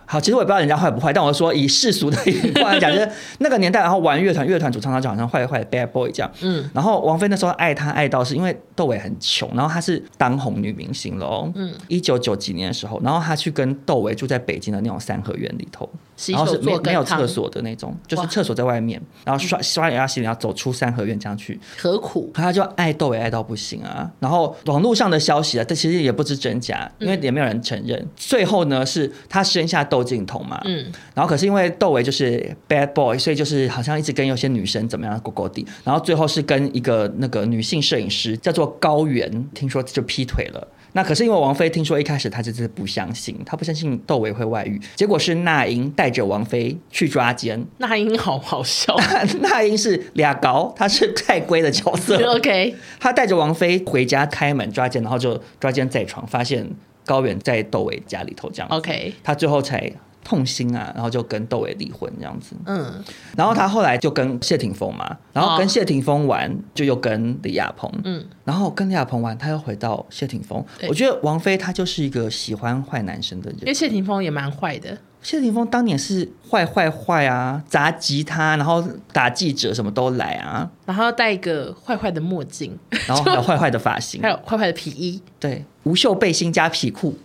[SPEAKER 3] 好，其实我也不知道人家坏不坏，但我说以世俗的 眼光来讲，就是那个年代，然后玩乐团，乐团主唱他就好像坏坏的 bad boy 这样。嗯
[SPEAKER 1] 嗯，
[SPEAKER 3] 然后王菲那时候爱他爱到是因为窦唯很穷，然后她是当红女明星喽。嗯，一九九几年的时候，然后她去跟窦唯住在北京的那种三合院里头，
[SPEAKER 1] 洗
[SPEAKER 3] 然后
[SPEAKER 1] 手
[SPEAKER 3] 是没
[SPEAKER 1] 做
[SPEAKER 3] 没有
[SPEAKER 1] 羹
[SPEAKER 3] 厕
[SPEAKER 1] 汤，
[SPEAKER 3] 所的那种，就是
[SPEAKER 1] 哇嗯
[SPEAKER 3] 厕所在外面，然后刷刷牙洗脸，然后走出三合院这样去。
[SPEAKER 1] 何苦？
[SPEAKER 3] 可他就爱窦唯爱到不行啊。然后网络上的消息啊，这其实也不知真假，因为也没有人承认。最后呢，是他生下窦靖童嘛，
[SPEAKER 1] 嗯，
[SPEAKER 3] 然后可是因为窦唯就是 bad boy，所以就是好像一直跟有些女生怎么样勾勾地，然后最后是跟一个那个女性摄影师叫做高原，听说就劈腿了。那可是因为王菲听说一开始她就是不相信，她不相信窦唯会外遇，结果是那英带着王菲去抓奸，
[SPEAKER 1] 那英好好 笑。
[SPEAKER 3] 那英是俩高，她是太龟的角色，
[SPEAKER 1] OK，
[SPEAKER 3] 她带着王菲回家开门抓奸，然后就抓奸在床，发现高原在窦唯家里头这样子
[SPEAKER 1] OK
[SPEAKER 3] 她最后才痛心啊，然后就跟窦唯离婚这样子。
[SPEAKER 1] 嗯
[SPEAKER 3] 然后他后来就跟谢霆锋嘛，然后
[SPEAKER 1] 哦
[SPEAKER 3] 跟谢霆锋玩，就又跟李亚鹏，
[SPEAKER 1] 嗯，
[SPEAKER 3] 然后跟李亚鹏玩，他又回到谢霆锋。
[SPEAKER 1] 对
[SPEAKER 3] 我觉得王菲她就是一个喜欢坏男生的
[SPEAKER 1] 因
[SPEAKER 3] 人
[SPEAKER 1] 为。谢霆锋也蛮坏的，
[SPEAKER 3] 谢霆锋当年是坏坏坏啊，砸吉他，然后打记者，什么都来啊，
[SPEAKER 1] 然后戴一个坏坏的墨镜，
[SPEAKER 3] 然后还有坏坏的发型
[SPEAKER 1] 还，有坏坏的皮衣，
[SPEAKER 3] 对，无袖背心加皮裤，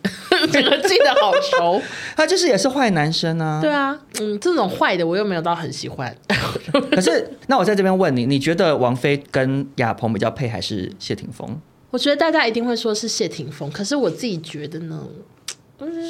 [SPEAKER 1] 整个记得好 熟。
[SPEAKER 3] 他啊就是也是坏男生啊。
[SPEAKER 1] 对啊，嗯，这种坏的我又没有到很喜欢。
[SPEAKER 3] 可是，那我在这边问你，你觉得王菲跟亚鹏比较配，还是谢霆锋？
[SPEAKER 1] 我觉得大家一定会说是谢霆锋，可是我自己觉得呢，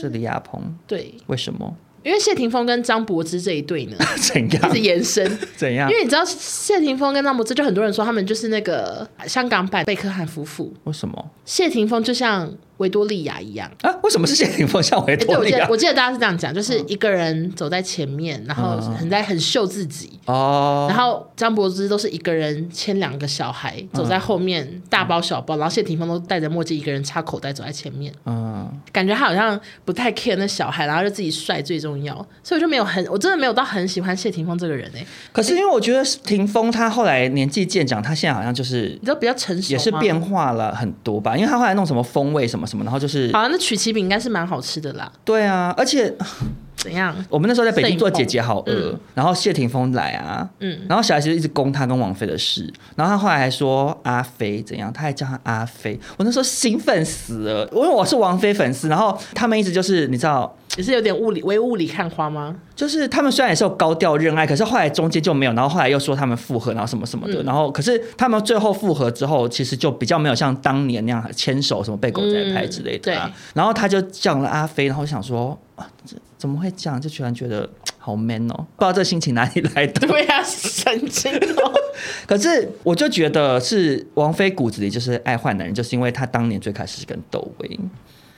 [SPEAKER 3] 是李亚鹏？
[SPEAKER 1] 对，
[SPEAKER 3] 为什么？
[SPEAKER 1] 因为谢霆锋跟张柏芝这一对呢，
[SPEAKER 3] 怎
[SPEAKER 1] 一直
[SPEAKER 3] 样？
[SPEAKER 1] 延 伸，
[SPEAKER 3] 怎样
[SPEAKER 1] 因？为你知道谢霆锋跟张柏芝，就很多人说他们就是那个香港版贝克汉夫妇，
[SPEAKER 3] 为什么
[SPEAKER 1] 谢霆锋就像维多利亚一样。
[SPEAKER 3] 啊？为什么是谢霆锋像维
[SPEAKER 1] 欸对，
[SPEAKER 3] 多
[SPEAKER 1] 我
[SPEAKER 3] 利
[SPEAKER 1] 记
[SPEAKER 3] 亚嗯
[SPEAKER 1] 得？我记得大家是这样讲，就是一个人走在前面，然后很在很秀自己，
[SPEAKER 3] 哦
[SPEAKER 1] 然，后张柏芝都是一个人牵两个小孩走在后面，大包小包，然后谢霆锋都戴着墨镜，一个人插口袋走在前面，
[SPEAKER 3] 嗯，
[SPEAKER 1] 感觉他好像不太 care 那小孩，然后就自己帅最重要，所以我就没有很，我真的没有到很喜欢谢霆锋这个人哎、
[SPEAKER 3] 可是因为我觉得霆锋他后来年纪渐长，他现在好像就是
[SPEAKER 1] 你知道比较成熟
[SPEAKER 3] 也是
[SPEAKER 1] 吗
[SPEAKER 3] 变化了很多吧？因为他后来弄什么风味什么什么，然后就是
[SPEAKER 1] 好、啊，那曲奇饼应该是蛮好吃的啦，
[SPEAKER 3] 对啊，而且
[SPEAKER 1] 怎样？
[SPEAKER 3] 我们那时候在北京做
[SPEAKER 1] 摄影棚
[SPEAKER 3] 姐姐好饿，然后谢霆锋来啊，
[SPEAKER 1] 嗯
[SPEAKER 3] 然后小孩其实一直攻他跟王菲的事，然后他后来还说阿飞怎样，他还叫他阿飞，我那时候兴奋死了，因为我是王菲粉丝，然后他们一直就是你知道。
[SPEAKER 1] 也是有点雾里唯雾里看花 吗？
[SPEAKER 3] 就是他们虽然也是有高调认爱，可是后来中间就没有，然后后来又说他们复合，然后什么什么
[SPEAKER 1] 嗯
[SPEAKER 3] 的，然后可是他们最后复合之后，其实就比较没有像当年那样牵手什么被狗仔拍之类的、
[SPEAKER 1] 嗯
[SPEAKER 3] 啊
[SPEAKER 1] 对
[SPEAKER 3] 然后他就讲了阿飞，然后我想说啊，这怎么会这样？就突然觉得好 man 哦，不知道这心情哪里来 的。
[SPEAKER 1] 对啊，神经哦。
[SPEAKER 3] 可是我就觉得是王菲骨子里就是爱坏男人，就是因为她当年最开始是跟窦唯，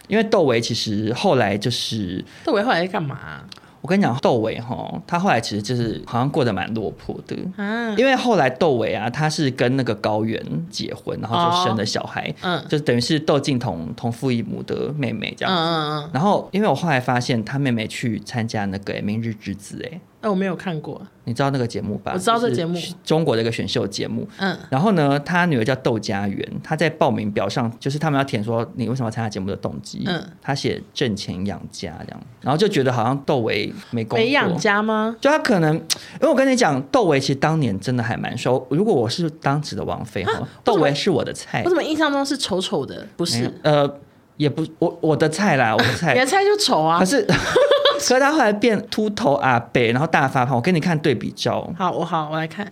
[SPEAKER 3] 因为窦唯其实后来就是
[SPEAKER 1] 窦唯后来在干嘛啊
[SPEAKER 3] 我跟你讲，窦唯哈，他后来其实就是好像过得蛮落魄的。
[SPEAKER 1] 啊？啊
[SPEAKER 3] 因为后来窦唯啊，他是跟那个高原结婚，然后就生了小孩，
[SPEAKER 1] 嗯
[SPEAKER 3] 就等于是窦靖童同父异母的妹妹
[SPEAKER 1] 嗯
[SPEAKER 3] 这样。
[SPEAKER 1] 嗯嗯，
[SPEAKER 3] 然后，因为我后来发现他妹妹去参加那个《欸明日之子》，哎，
[SPEAKER 1] 那、哦我没有看过。
[SPEAKER 3] 你知道那个节目吧？
[SPEAKER 1] 我知道这
[SPEAKER 3] 就是
[SPEAKER 1] 节目
[SPEAKER 3] 中国的一个选秀节目。
[SPEAKER 1] 嗯，
[SPEAKER 3] 然后呢，他女儿叫窦佳媛，她在报名表上就是他们要填说你为什么要参加节目的动机，
[SPEAKER 1] 嗯，
[SPEAKER 3] 她写挣钱养家这样，然后就觉得好像窦唯没工作，
[SPEAKER 1] 没养家吗？
[SPEAKER 3] 就他可能，因为我跟你讲，窦唯其实当年真的还蛮熟。如果我是当时的王菲哈，窦唯是我的菜
[SPEAKER 1] 我，啊怎么印象中是丑丑的？不是，
[SPEAKER 3] 没有呃，也不我我的菜啦，我的
[SPEAKER 1] 你的
[SPEAKER 3] 菜。
[SPEAKER 1] 菜就丑啊
[SPEAKER 3] 可。是，可是他后来变秃头阿贝，然后大发胖。我给你看对比照，
[SPEAKER 1] 好，我好，我来看。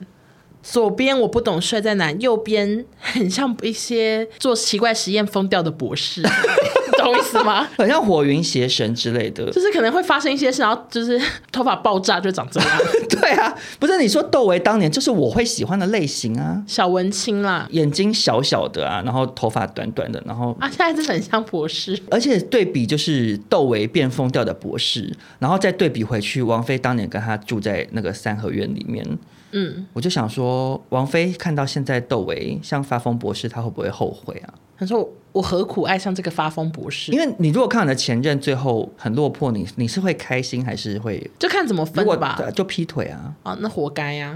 [SPEAKER 1] 左边我不懂帅在哪，右边很像一些做奇怪实验疯掉的博 士，你懂我意思吗？
[SPEAKER 3] 很像火云邪神之类的。
[SPEAKER 1] 就是可能会发生一些事，然后就是 头发爆炸就长这样，
[SPEAKER 3] 对啊，不是你说窦唯当年就是我会喜欢的类型啊，
[SPEAKER 1] 小文青啦。
[SPEAKER 3] 眼睛小小的啊，然后头发短短的，然后
[SPEAKER 1] 啊，现在真的很像博士。
[SPEAKER 3] 而且对比就是窦唯变疯掉的博士，然后再对比回去王菲当年跟他住在那个三合院里面，
[SPEAKER 1] 嗯，
[SPEAKER 3] 我就想说，王菲看到现在窦唯像发疯博士，她会不会后悔啊？
[SPEAKER 1] 他说我我何苦爱上这个发疯博士
[SPEAKER 3] 因？为你如果看你的前任最后很落魄，你你是会开心还是会？
[SPEAKER 1] 就看怎么
[SPEAKER 3] 如
[SPEAKER 1] 分
[SPEAKER 3] 果
[SPEAKER 1] 吧。
[SPEAKER 3] 对就劈腿啊？
[SPEAKER 1] 啊，那活该 呀、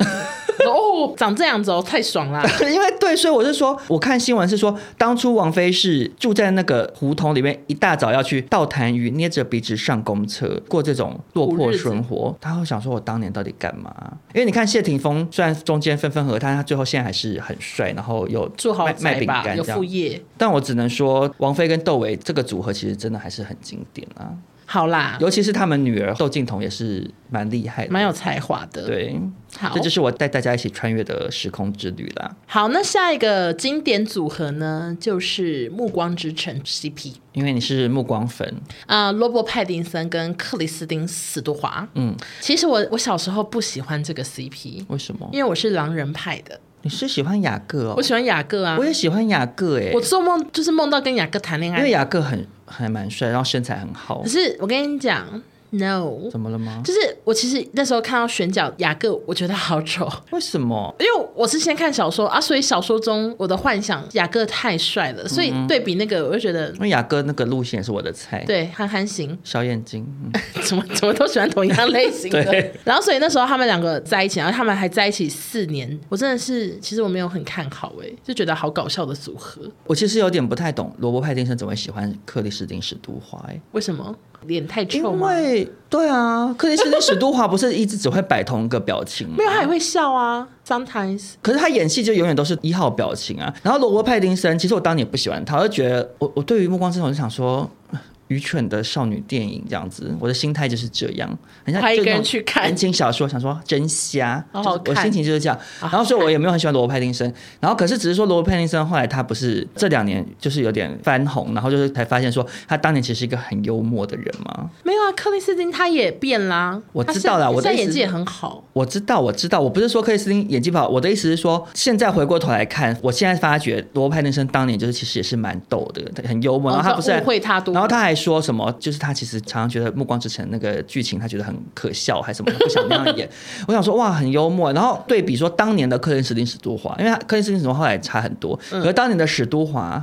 [SPEAKER 1] 哦，长这样子哦，太爽啦！
[SPEAKER 3] 因为对，所以我是说，我看新闻是说，当初王菲是住在那个胡同里面，一大早要去倒痰盂，捏着鼻子上公车，过这种落魄生活。她会想说，我当年到底干嘛？因为你看谢霆锋，虽然中间分分合合，但他最后现在还是很帅，然后有
[SPEAKER 1] 做好
[SPEAKER 3] 卖卖
[SPEAKER 1] 宅
[SPEAKER 3] 饼
[SPEAKER 1] 吧，
[SPEAKER 3] 干
[SPEAKER 1] 有
[SPEAKER 3] 这
[SPEAKER 1] 副
[SPEAKER 3] 样。
[SPEAKER 1] 业
[SPEAKER 3] 但我只能说，王菲跟窦唯这个组合其实真的还是很经典啊。
[SPEAKER 1] 好啦，
[SPEAKER 3] 尤其是他们女儿窦靖童也是蛮厉害的，
[SPEAKER 1] 蛮有才华的。，
[SPEAKER 3] 对，
[SPEAKER 1] 好
[SPEAKER 3] 这，就是我带大家一起穿越的时空之旅啦。
[SPEAKER 1] 好。那下一个经典组合呢，就是《暮光之城》CP
[SPEAKER 3] 因为你是目光粉，
[SPEAKER 1] 啊、罗伯·派丁森跟克里斯汀·史都华。
[SPEAKER 3] 嗯，
[SPEAKER 1] 其实我我小时候不喜欢这个 CP，
[SPEAKER 3] 为什么？
[SPEAKER 1] 因为我是狼人派的，
[SPEAKER 3] 你是喜欢雅各哦？
[SPEAKER 1] 我喜欢雅各啊
[SPEAKER 3] 我。也喜欢雅各哎、
[SPEAKER 1] 我做梦就是梦到跟雅各谈恋
[SPEAKER 3] 因为
[SPEAKER 1] 爱，
[SPEAKER 3] 雅各很还蛮帅，然后身材很好
[SPEAKER 1] 可。是我跟你讲，no，
[SPEAKER 3] 怎么了吗？
[SPEAKER 1] 就是我其实那时候看到选角雅各，我觉得好丑，
[SPEAKER 3] 为什么？
[SPEAKER 1] 因为我是先看小说啊，所以小说中我的幻想雅各太帅了，所以
[SPEAKER 3] 嗯
[SPEAKER 1] 对比那个我就觉得
[SPEAKER 3] 因为雅各那个路线也是我的菜。，
[SPEAKER 1] 对憨憨型，
[SPEAKER 3] 小眼睛，嗯、
[SPEAKER 1] 怎么怎么都喜欢同一样类型的
[SPEAKER 3] 对。
[SPEAKER 1] 然后所以那时候他们两个在一起，然后他们还在一起四年，我真的是其实我没有很看好哎、就觉得好搞笑的组合，
[SPEAKER 3] 我其实有点不太懂罗伯派丁森怎么会喜欢克里斯汀史都华哎、
[SPEAKER 1] 为什么脸太
[SPEAKER 3] 因
[SPEAKER 1] 臭吗？
[SPEAKER 3] 为对啊，克里斯汀史都华不是一直只会摆同一个表情吗
[SPEAKER 1] 没有，他也会笑啊，sometimes。
[SPEAKER 3] 可是他演戏就永远都是一号表情啊。然后罗伯·派丁森，其实我当年也不喜欢他，我就觉得我我对于《暮光之城》我就想说，呃愚蠢的少女电影这样子，我的心态就是这样，很像
[SPEAKER 1] 还一个人
[SPEAKER 3] 就那种
[SPEAKER 1] 去看
[SPEAKER 3] 言情小说，想说真瞎，
[SPEAKER 1] 好好
[SPEAKER 3] 就是我
[SPEAKER 1] 看
[SPEAKER 3] 心情就是这样。
[SPEAKER 1] 好好
[SPEAKER 3] 然后所以我也没有很喜欢罗伯·派丁森，然后可是只是说罗伯·派丁森后来他不是这两年就是有点翻红，然后就是才发现说他当年其实是一个很幽默的人嘛。
[SPEAKER 1] 没有啊，克里斯汀他也变啦，
[SPEAKER 3] 我
[SPEAKER 1] 他
[SPEAKER 3] 知
[SPEAKER 1] 现
[SPEAKER 3] 道啦我的
[SPEAKER 1] 现在
[SPEAKER 3] 意思
[SPEAKER 1] 演技
[SPEAKER 3] 是
[SPEAKER 1] 也很好。
[SPEAKER 3] 我知道，我知道，我不是说克里斯汀演技不好，我的意思是说，现在回过头来看，我现在发觉罗伯·派丁森当年就是其实也是蛮逗的，很幽默，
[SPEAKER 1] 哦
[SPEAKER 3] 然后他
[SPEAKER 1] 你
[SPEAKER 3] 不
[SPEAKER 1] 知
[SPEAKER 3] 是
[SPEAKER 1] 道
[SPEAKER 3] 还
[SPEAKER 1] 误会他多，
[SPEAKER 3] 然后他还说什么？就是他其实常常觉得《暮光之城》那个剧情他觉得很可笑，还是什么他不想那样 演。我想说哇，很幽默。然后对比说当年的克林斯汀史都华，因为他克林斯汀史都华后来差很多，
[SPEAKER 1] 嗯
[SPEAKER 3] 可是当年的史都华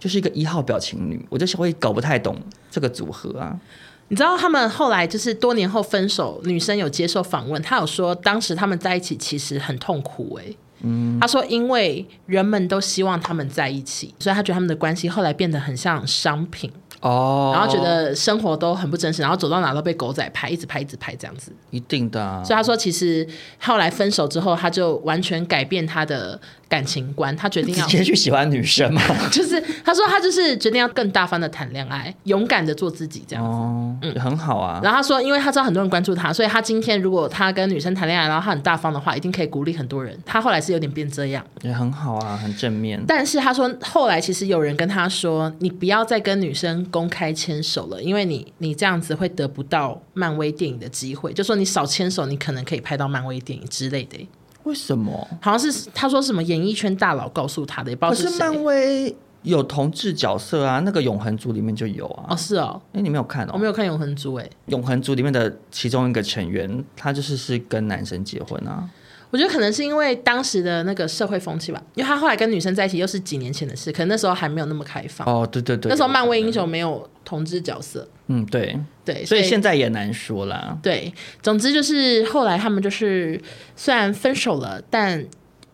[SPEAKER 3] 就是一个一号表情女，我就是会搞不太懂这个组合啊。
[SPEAKER 1] 你知道他们后来就是多年后分手，女生有接受访问，她有说当时他们在一起其实很痛苦哎、嗯，她说因为人们都希望他们在一起，所以她觉得他们的关系后来变得很像商品，
[SPEAKER 3] 哦
[SPEAKER 1] 然后觉得生活都很不真实，然后走到哪都被狗仔拍，一直拍一直拍这样子。
[SPEAKER 3] 一定的、啊
[SPEAKER 1] 所以，她说其实后来分手之后，她就完全改变她的感情观，她决定
[SPEAKER 3] 直
[SPEAKER 1] 要
[SPEAKER 3] 接去喜欢女生嘛。
[SPEAKER 1] 就是她说她就是决定要更大方的谈恋爱，勇敢的做自己这样子。
[SPEAKER 3] 哦，也很好啊。
[SPEAKER 1] 然后他说，因为他知道很多人关注他，所以他今天如果他跟女生谈恋爱，然后他很大方的话，一定可以鼓励很多人。他后来是有点变这样，
[SPEAKER 3] 也很好啊，很正面。
[SPEAKER 1] 但是他说后来其实有人跟他说，你不要再跟女生公开牵手了，因为你你这样子会得不到漫威电影的机会，就说你少牵手，你可能可以拍到漫威电影之类的欸。
[SPEAKER 3] 为什么？
[SPEAKER 1] 好像是他说什么演艺圈大佬告诉他的，也不知道
[SPEAKER 3] 可是
[SPEAKER 1] 谁
[SPEAKER 3] 漫威有同志角色啊，那个永恒族里面就有啊
[SPEAKER 1] 哦。是哦，
[SPEAKER 3] 哎、你没有看哦？
[SPEAKER 1] 我没有看《永恒族》哎，
[SPEAKER 3] 永恒族里面的其中一个成员，他就是是跟男生结婚啊。
[SPEAKER 1] 我觉得可能是因为当时的那个社会风气吧，因为他后来跟女生在一起又是几年前的事，可能那时候还没有那么开放。
[SPEAKER 3] 哦，对对对，
[SPEAKER 1] 那时候漫威英雄没有同志角色，
[SPEAKER 3] 嗯对，
[SPEAKER 1] 对，
[SPEAKER 3] 所
[SPEAKER 1] 以
[SPEAKER 3] 以现在也难说啦。
[SPEAKER 1] 对，总之就是后来他们就是虽然分手了，但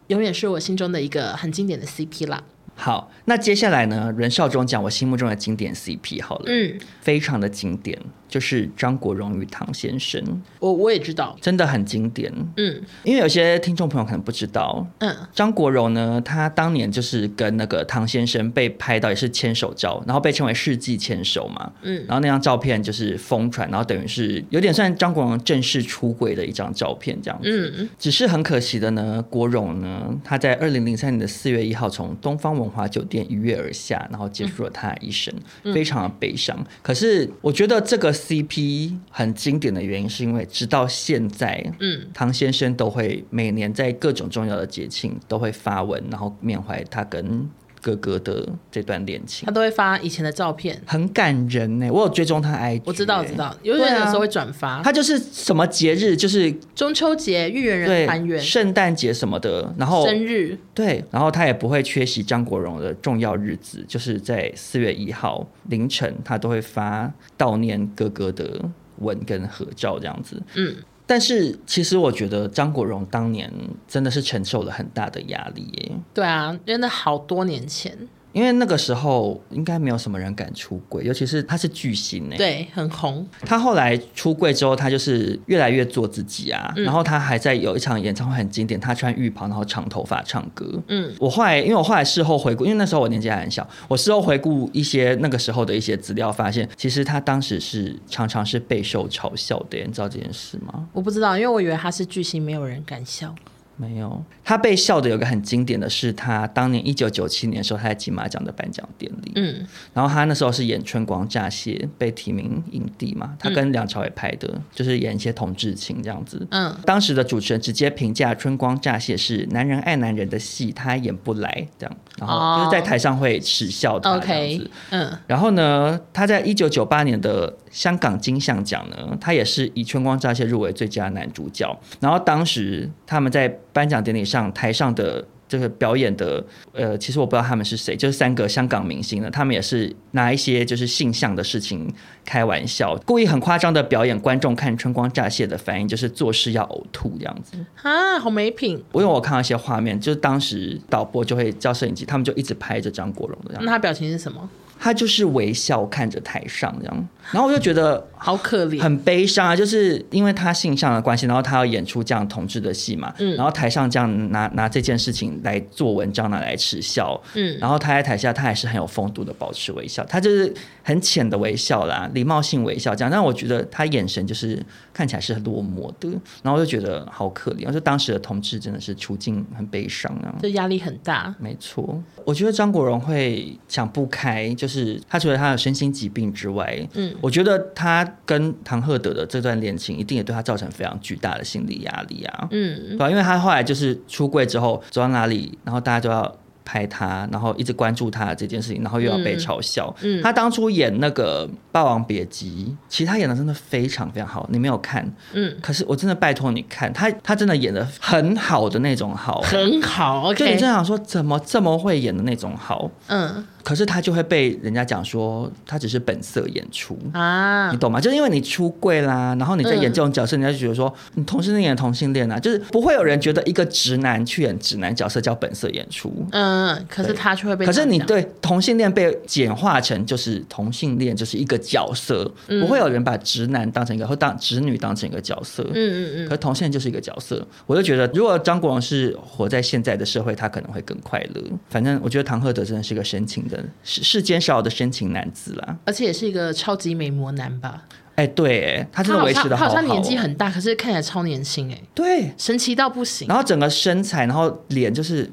[SPEAKER 1] 永远是我心中的一个很经典的 CP 啦。
[SPEAKER 3] 好，那接下来呢？任少忠讲我心目中的经典 CP 好了，
[SPEAKER 1] 嗯，
[SPEAKER 3] 非常的经典，就是张国荣与唐先生，
[SPEAKER 1] 我我也知道，
[SPEAKER 3] 真的很经典。
[SPEAKER 1] 嗯
[SPEAKER 3] 因为有些听众朋友可能不知道，
[SPEAKER 1] 嗯，
[SPEAKER 3] 张国荣呢，他当年就是跟那个唐先生被拍到也是牵手照，然后被称为世纪牵手嘛。
[SPEAKER 1] 嗯
[SPEAKER 3] 嗯，然后那张照片就是疯传，然后等于是有点算张国荣正式出轨的一张照片这样子。
[SPEAKER 1] 嗯，
[SPEAKER 3] 只是很可惜的呢，国荣呢，他在二零零三年的四月一号从东方文华酒店一跃而下，然后结束了他的一生，非常的悲伤。可是我觉得这个 CP 很经典的原因，是因为直到现在，
[SPEAKER 1] 嗯
[SPEAKER 3] 嗯，唐先生都会每年在各种重要的节庆都会发文，然后缅怀他跟哥哥的这段恋情
[SPEAKER 1] 他，都会发以前的照片，
[SPEAKER 3] 很感人欸呢、我有追踪他 IG，
[SPEAKER 1] 我知道我
[SPEAKER 3] 欸
[SPEAKER 1] 知。道，有些人
[SPEAKER 3] 对
[SPEAKER 1] 有
[SPEAKER 3] 啊
[SPEAKER 1] 时候会转发，
[SPEAKER 3] 他就是什么节日，就是
[SPEAKER 1] 中秋节、月圆人团
[SPEAKER 3] 对
[SPEAKER 1] 圆、
[SPEAKER 3] 圣诞节什么的，然后
[SPEAKER 1] 生日，
[SPEAKER 3] 对，然后他也不会缺席张国荣的重要日子，就是在四月一号凌晨，他都会发悼念哥哥的文跟合照这样子。
[SPEAKER 1] 嗯，
[SPEAKER 3] 但是其实我觉得张国荣当年真的是承受了很大的压力耶。
[SPEAKER 1] 对啊，真的好多年前，
[SPEAKER 3] 因为那个时候应该没有什么人敢出柜，尤其是他是巨星哎、
[SPEAKER 1] 对，很红，
[SPEAKER 3] 他后来出柜之后，他就是越来越做自己啊。然后他还在有一场演唱会很经典，他穿浴袍，然后长头发唱歌。嗯
[SPEAKER 1] 嗯，
[SPEAKER 3] 我后来因为我后来事后回顾，因为那时候我年纪还很小，我事后回顾一些那个时候的一些资料，发现其实他当时是常常是备受嘲笑的。你知道这件事吗？
[SPEAKER 1] 我不知道，因为我以为他是巨星，没有人敢笑。
[SPEAKER 3] 没有，他被笑的有个很经典的是，他当年一九九七年的时候，他在金马奖的颁奖典礼，
[SPEAKER 1] 嗯，
[SPEAKER 3] 然后他那时候是演《春光乍泄》被提名影帝嘛，他跟梁朝伟拍的，就是演一些同志情这样子。
[SPEAKER 1] 嗯，
[SPEAKER 3] 当时的主持人直接评价《春光乍泄》是男人爱男人的戏，他演不来这样，然后就是在台上会耻笑他这样
[SPEAKER 1] OK，
[SPEAKER 3] 子。
[SPEAKER 1] 嗯，
[SPEAKER 3] 然后呢，他在一九九八年的香港金像奖呢，他也是以《春光乍泄》入围最佳男主角。然后当时他们在颁奖典礼上，台上的这个表演的，呃，其实我不知道他们是谁，就是三个香港明星呢，他们也是拿一些就是性向的事情开玩笑，故意很夸张的表演，观众看《春光乍泄》的反应就是做事要呕吐这样子。
[SPEAKER 1] 啊，好没品。
[SPEAKER 3] 我因为我看到一些画面，就是当时导播就会叫摄影机，他们就一直拍着张国荣的样
[SPEAKER 1] 那
[SPEAKER 3] 子。
[SPEAKER 1] 他表情是什么？
[SPEAKER 3] 他就是微笑看着台上这样，然后我就觉得
[SPEAKER 1] 好可怜。
[SPEAKER 3] 很悲伤啊，就是因为他性向的关系，然后他要演出这样同志的戏嘛，
[SPEAKER 1] 嗯
[SPEAKER 3] 然后台上这样拿拿这件事情来做文章，拿来耻笑，
[SPEAKER 1] 嗯
[SPEAKER 3] 然后他在台下他还是很有风度的保持微笑，他就是很浅的微笑啦，礼貌性微笑这样，但我觉得他眼神就是看起来是很落寞的，然后我就觉得好可怜，就当时的同志真的是处境很悲伤啊。
[SPEAKER 1] 就压力很大。
[SPEAKER 3] 没错，我觉得张国荣会想不开，就是他除了他的身心疾病之外，
[SPEAKER 1] 嗯，
[SPEAKER 3] 我觉得他跟唐鹤德的这段恋情，一定也对他造成非常巨大的心理压力啊。
[SPEAKER 1] 嗯，
[SPEAKER 3] 对吧、因为他后来就是出柜之后走到哪里，然后大家都要拍他，然后一直关注他这件事情，然后又要被
[SPEAKER 1] 嗯
[SPEAKER 3] 嘲笑。
[SPEAKER 1] 嗯
[SPEAKER 3] 他当初演那个《霸王别姬》，其实他演的真的非常非常好，你没有看，
[SPEAKER 1] 嗯，
[SPEAKER 3] 可是我真的拜托你看，他他真的演的 很好 的那种好，
[SPEAKER 1] 很好。
[SPEAKER 3] 就你
[SPEAKER 1] OK，
[SPEAKER 3] 真的想说怎么这么会演的那种好，
[SPEAKER 1] 嗯
[SPEAKER 3] 可是他就会被人家讲说他只是本色演出。
[SPEAKER 1] 啊
[SPEAKER 3] 你，懂吗？就是因为你出柜啦，然后你在演这种角色，人家就觉得说你同性恋演同性恋啊，就是不会有人觉得一个直男去演直男角色叫本色演出。
[SPEAKER 1] 嗯，可是他却会被。
[SPEAKER 3] 可是你，对同性恋被简化成就是同性恋就是一个角色，
[SPEAKER 1] 嗯
[SPEAKER 3] 不会有人把直男当成一个或当直女当成一个角色。
[SPEAKER 1] 嗯嗯嗯，
[SPEAKER 3] 可同性恋就是一个角色，我就觉得，如果张国荣是活在现在的社会，他可能会更快乐。反正我觉得唐鹤德真的是个深情的，世世间少有的深情男子啦。
[SPEAKER 1] 而且也是一个超级美魔男吧？
[SPEAKER 3] 哎、对、哎他真的
[SPEAKER 1] 好
[SPEAKER 3] 维持
[SPEAKER 1] 像
[SPEAKER 3] 的
[SPEAKER 1] 他
[SPEAKER 3] 好
[SPEAKER 1] 好
[SPEAKER 3] 好、
[SPEAKER 1] 像年纪
[SPEAKER 3] 哦
[SPEAKER 1] 很大，可是看起来超年轻哎，
[SPEAKER 3] 对，
[SPEAKER 1] 神奇到不行。
[SPEAKER 3] 然后整个身材，然后脸就是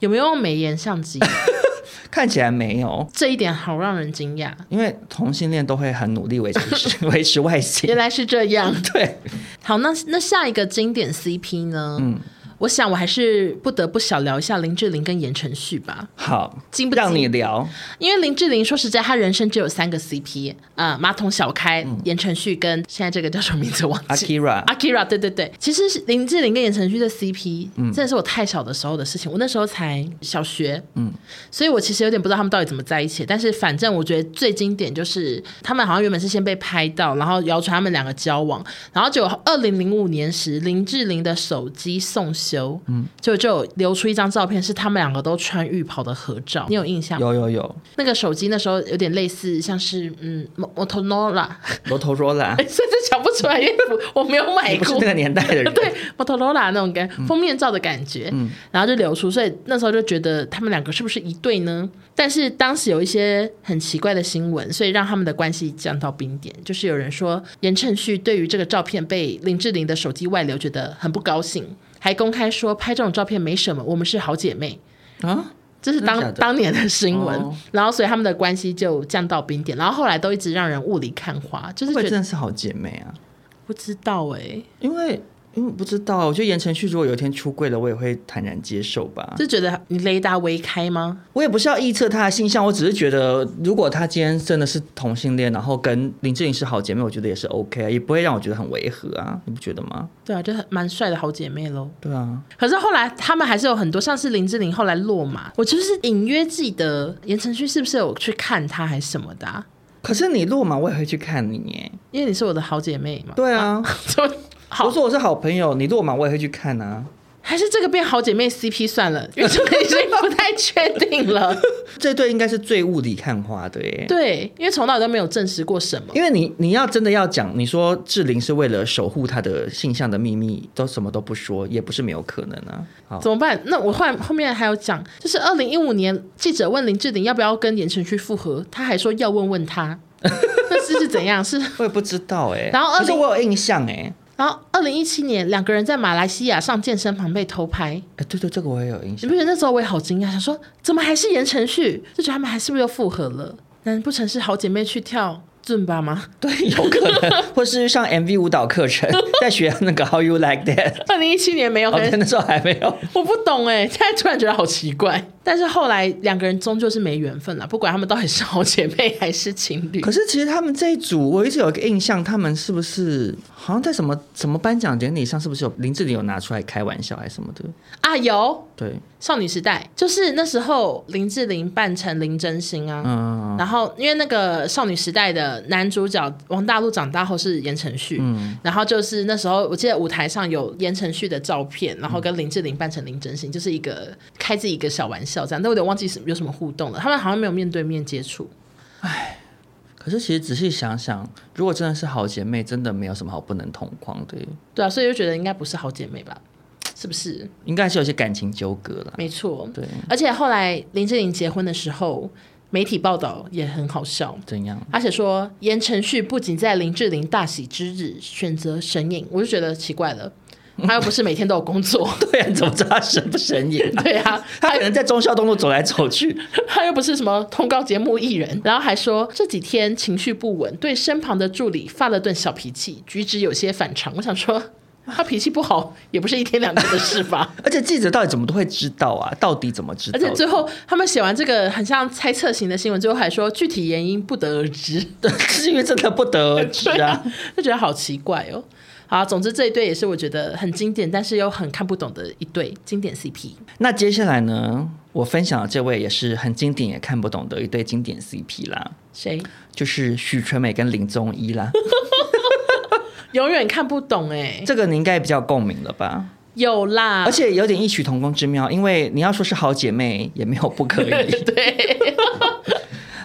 [SPEAKER 1] 有没有用美颜相机？
[SPEAKER 3] 看起来没有，
[SPEAKER 1] 这一点好让人惊讶。
[SPEAKER 3] 因为同性恋都会很努力维持 维持外形
[SPEAKER 1] 原。来是这样。
[SPEAKER 3] 对，
[SPEAKER 1] 好，那那下一个经典 CP 呢？嗯，我想我还是不得不小聊一下林志玲跟言承旭吧，
[SPEAKER 3] 好，
[SPEAKER 1] 经不
[SPEAKER 3] 让
[SPEAKER 1] 经
[SPEAKER 3] 你聊，
[SPEAKER 1] 因为林志玲说实在，她人生只有三个 CP 啊、马桶小开、言承旭跟现在这个叫什么名字忘记。
[SPEAKER 3] Akira
[SPEAKER 1] Akira，对对对，其实是林志玲跟言承旭的 CP，、真的是我太小的时候的事情，我那时候才小学，嗯，所以我其实有点不知道他们到底怎么在一起，但是反正我觉得最经典就是他们好像原本是先被拍到，然后谣传他们两个交往，然后就二零零五年时林志玲的手机送修，嗯，就就有流出一张照片是他们两个都穿浴袍的合照，你有印象吗？
[SPEAKER 3] 有有有
[SPEAKER 1] 那个手机那时候有点类似像是嗯，Mo- Motorola，
[SPEAKER 3] ，Motorola，
[SPEAKER 1] 甚至想不出来，因为我没有买
[SPEAKER 3] 你不是
[SPEAKER 1] 过
[SPEAKER 3] 那。个嗯年代的人，
[SPEAKER 1] 哎 对，Motorola 那种感封面照的感觉，
[SPEAKER 3] 嗯
[SPEAKER 1] 然后就流出，所以那时候就觉得他们两个是不是一对呢？但是当时有一些很奇怪的新闻，所以让他们的关系降到冰点。就是有人说言承旭对于这个照片被林志玲的手机外流觉得很不高兴，还公开说拍这种照片没什么，我们是好姐妹。
[SPEAKER 3] 啊，
[SPEAKER 1] 这是当
[SPEAKER 3] 真的假的
[SPEAKER 1] 当年的新闻，
[SPEAKER 3] 哦
[SPEAKER 1] 然后所以他们的关系就降到冰点，然后后来都一直让人雾里看花，就是
[SPEAKER 3] 会不会
[SPEAKER 1] 觉
[SPEAKER 3] 真
[SPEAKER 1] 得
[SPEAKER 3] 的是好姐妹啊？
[SPEAKER 1] 不知道哎、
[SPEAKER 3] 因为因为不知道啊，我觉得言承旭如果有一天出柜了，我也会坦然接受吧。
[SPEAKER 1] 就觉得你雷达微开吗？
[SPEAKER 3] 我也不是要臆测他的性向，我只是觉得，如果他今天真的是同性恋，然后跟林志颖是好姐妹，我觉得也是 OK 啊，也不会让我觉得很违和啊，你不觉得吗？
[SPEAKER 1] 对啊，就很蛮帅的好姐妹喽。
[SPEAKER 3] 对啊，
[SPEAKER 1] 可是后来他们还是有很多，像是林志玲后来落马，我就是隐约记得言承旭是不是有去看她还是什么的、啊？
[SPEAKER 3] 可是你落马，我也会去看你耶。
[SPEAKER 1] 因为你是我的好姐妹嘛。
[SPEAKER 3] 对啊，
[SPEAKER 1] 就好
[SPEAKER 3] 我，说我是好朋友，你落马我也会去看啊。
[SPEAKER 1] 还是这个变好姐妹 CP 算了，因为这个已经不太确定了。
[SPEAKER 3] 这对应该是最雾里看花的耶。
[SPEAKER 1] 对，因为从到底都没有证实过什么。
[SPEAKER 3] 因为你你要真的要讲，你说志玲是为了守护她的性向的秘密，都什么都不说，也不是没有可能啊。好，
[SPEAKER 1] 怎么办？那我后来后面还有讲，就是二零一五年记者问林志玲要不要跟言承旭复合，他还说要问问他， 那是是怎样？是
[SPEAKER 3] 我也不知道哎、
[SPEAKER 1] 然后
[SPEAKER 3] 可是
[SPEAKER 1] 20
[SPEAKER 3] 我有印象哎、欸，
[SPEAKER 1] 然后二零一七年两个人在马来西亚上健身房被偷拍，
[SPEAKER 3] 哎、对对，这个我也有印
[SPEAKER 1] 你
[SPEAKER 3] 象。
[SPEAKER 1] 不觉得那时候我也好惊讶，想说怎么还是言承旭？就觉得他们还是不是又复合了？难不成是好姐妹去跳尊巴吗？
[SPEAKER 3] 对，有可能， 或是上 MV 舞蹈课程，在学那个 How You Like That。
[SPEAKER 1] 二零一七年没有，
[SPEAKER 3] 哦
[SPEAKER 1] 可，能
[SPEAKER 3] 那时候还没有。
[SPEAKER 1] 我不懂哎、现在突然觉得好奇怪。但是后来两个人终究是没缘分了，不管他们到底是好姐妹还是情侣
[SPEAKER 3] 可，是其实他们这一组，我一直有一个印象，他们是不是好像在什么什么颁奖典礼上，是不是有林志玲有拿出来开玩笑还是什么的？
[SPEAKER 1] 啊有。
[SPEAKER 3] 对，
[SPEAKER 1] 少女时代就是那时候林志玲扮成林真心啊，
[SPEAKER 3] 嗯，
[SPEAKER 1] 然后因为那个少女时代的男主角王大陆长大后是言承旭，
[SPEAKER 3] 嗯
[SPEAKER 1] 然后就是那时候我记得舞台上有言承旭的照片，然后跟林志玲扮成林真
[SPEAKER 3] 嗯
[SPEAKER 1] 心，就是一个开自己一个小玩笑这样，但我有点忘记是有什么互动了，他们好像没有面对面接触。
[SPEAKER 3] 可是其实仔细想想，如果真的是好姐妹，真的没有什么好不能同框的耶，
[SPEAKER 1] 对啊，所以就觉得应该不是好姐妹吧？是不是？
[SPEAKER 3] 应该是有一些感情纠葛啦。
[SPEAKER 1] 没错。
[SPEAKER 3] 对，
[SPEAKER 1] 而且后来林志玲结婚的时候，媒体报道也很好笑。
[SPEAKER 3] 怎样？，
[SPEAKER 1] 而且说，言承旭不仅在林志玲大喜之日选择神隐，我就觉得奇怪了，他又不是每天都有工作
[SPEAKER 3] 对啊，你怎么知道他神不神 隐、啊？
[SPEAKER 1] 对啊，
[SPEAKER 3] 他可能在忠孝东路走来走去，。
[SPEAKER 1] 他又不是什么通告节目艺人，然后还说这几天情绪不稳，对身旁的助理发了顿小脾气，举止有些反常。我想说，他脾气不好也不是一天两天的事吧
[SPEAKER 3] 而且记者到底怎么都会知道啊？到底怎么知道
[SPEAKER 1] 而
[SPEAKER 3] 的？
[SPEAKER 1] 且最后，他们写完这个很像猜测型的新闻，最后还说具体原因不得而知。
[SPEAKER 3] 是因为真的不得而 知
[SPEAKER 1] 对
[SPEAKER 3] 啊
[SPEAKER 1] 啊。， 就觉得好奇怪哦。好，总之这一对也是我觉得很经典，但是又很看不懂的一对经典 CP。
[SPEAKER 3] 那接下来呢，我分享的这位也是很经典也看不懂的一对经典 CP 啦，
[SPEAKER 1] 谁？
[SPEAKER 3] 就是许纯美跟林宗一 啦。
[SPEAKER 1] 永远看不懂哎、
[SPEAKER 3] 这个你应该比较有共鸣了吧？
[SPEAKER 1] 有啦，
[SPEAKER 3] 而且有点异曲同工之妙，因为你要说是好姐妹也没有不可 以。
[SPEAKER 1] 对，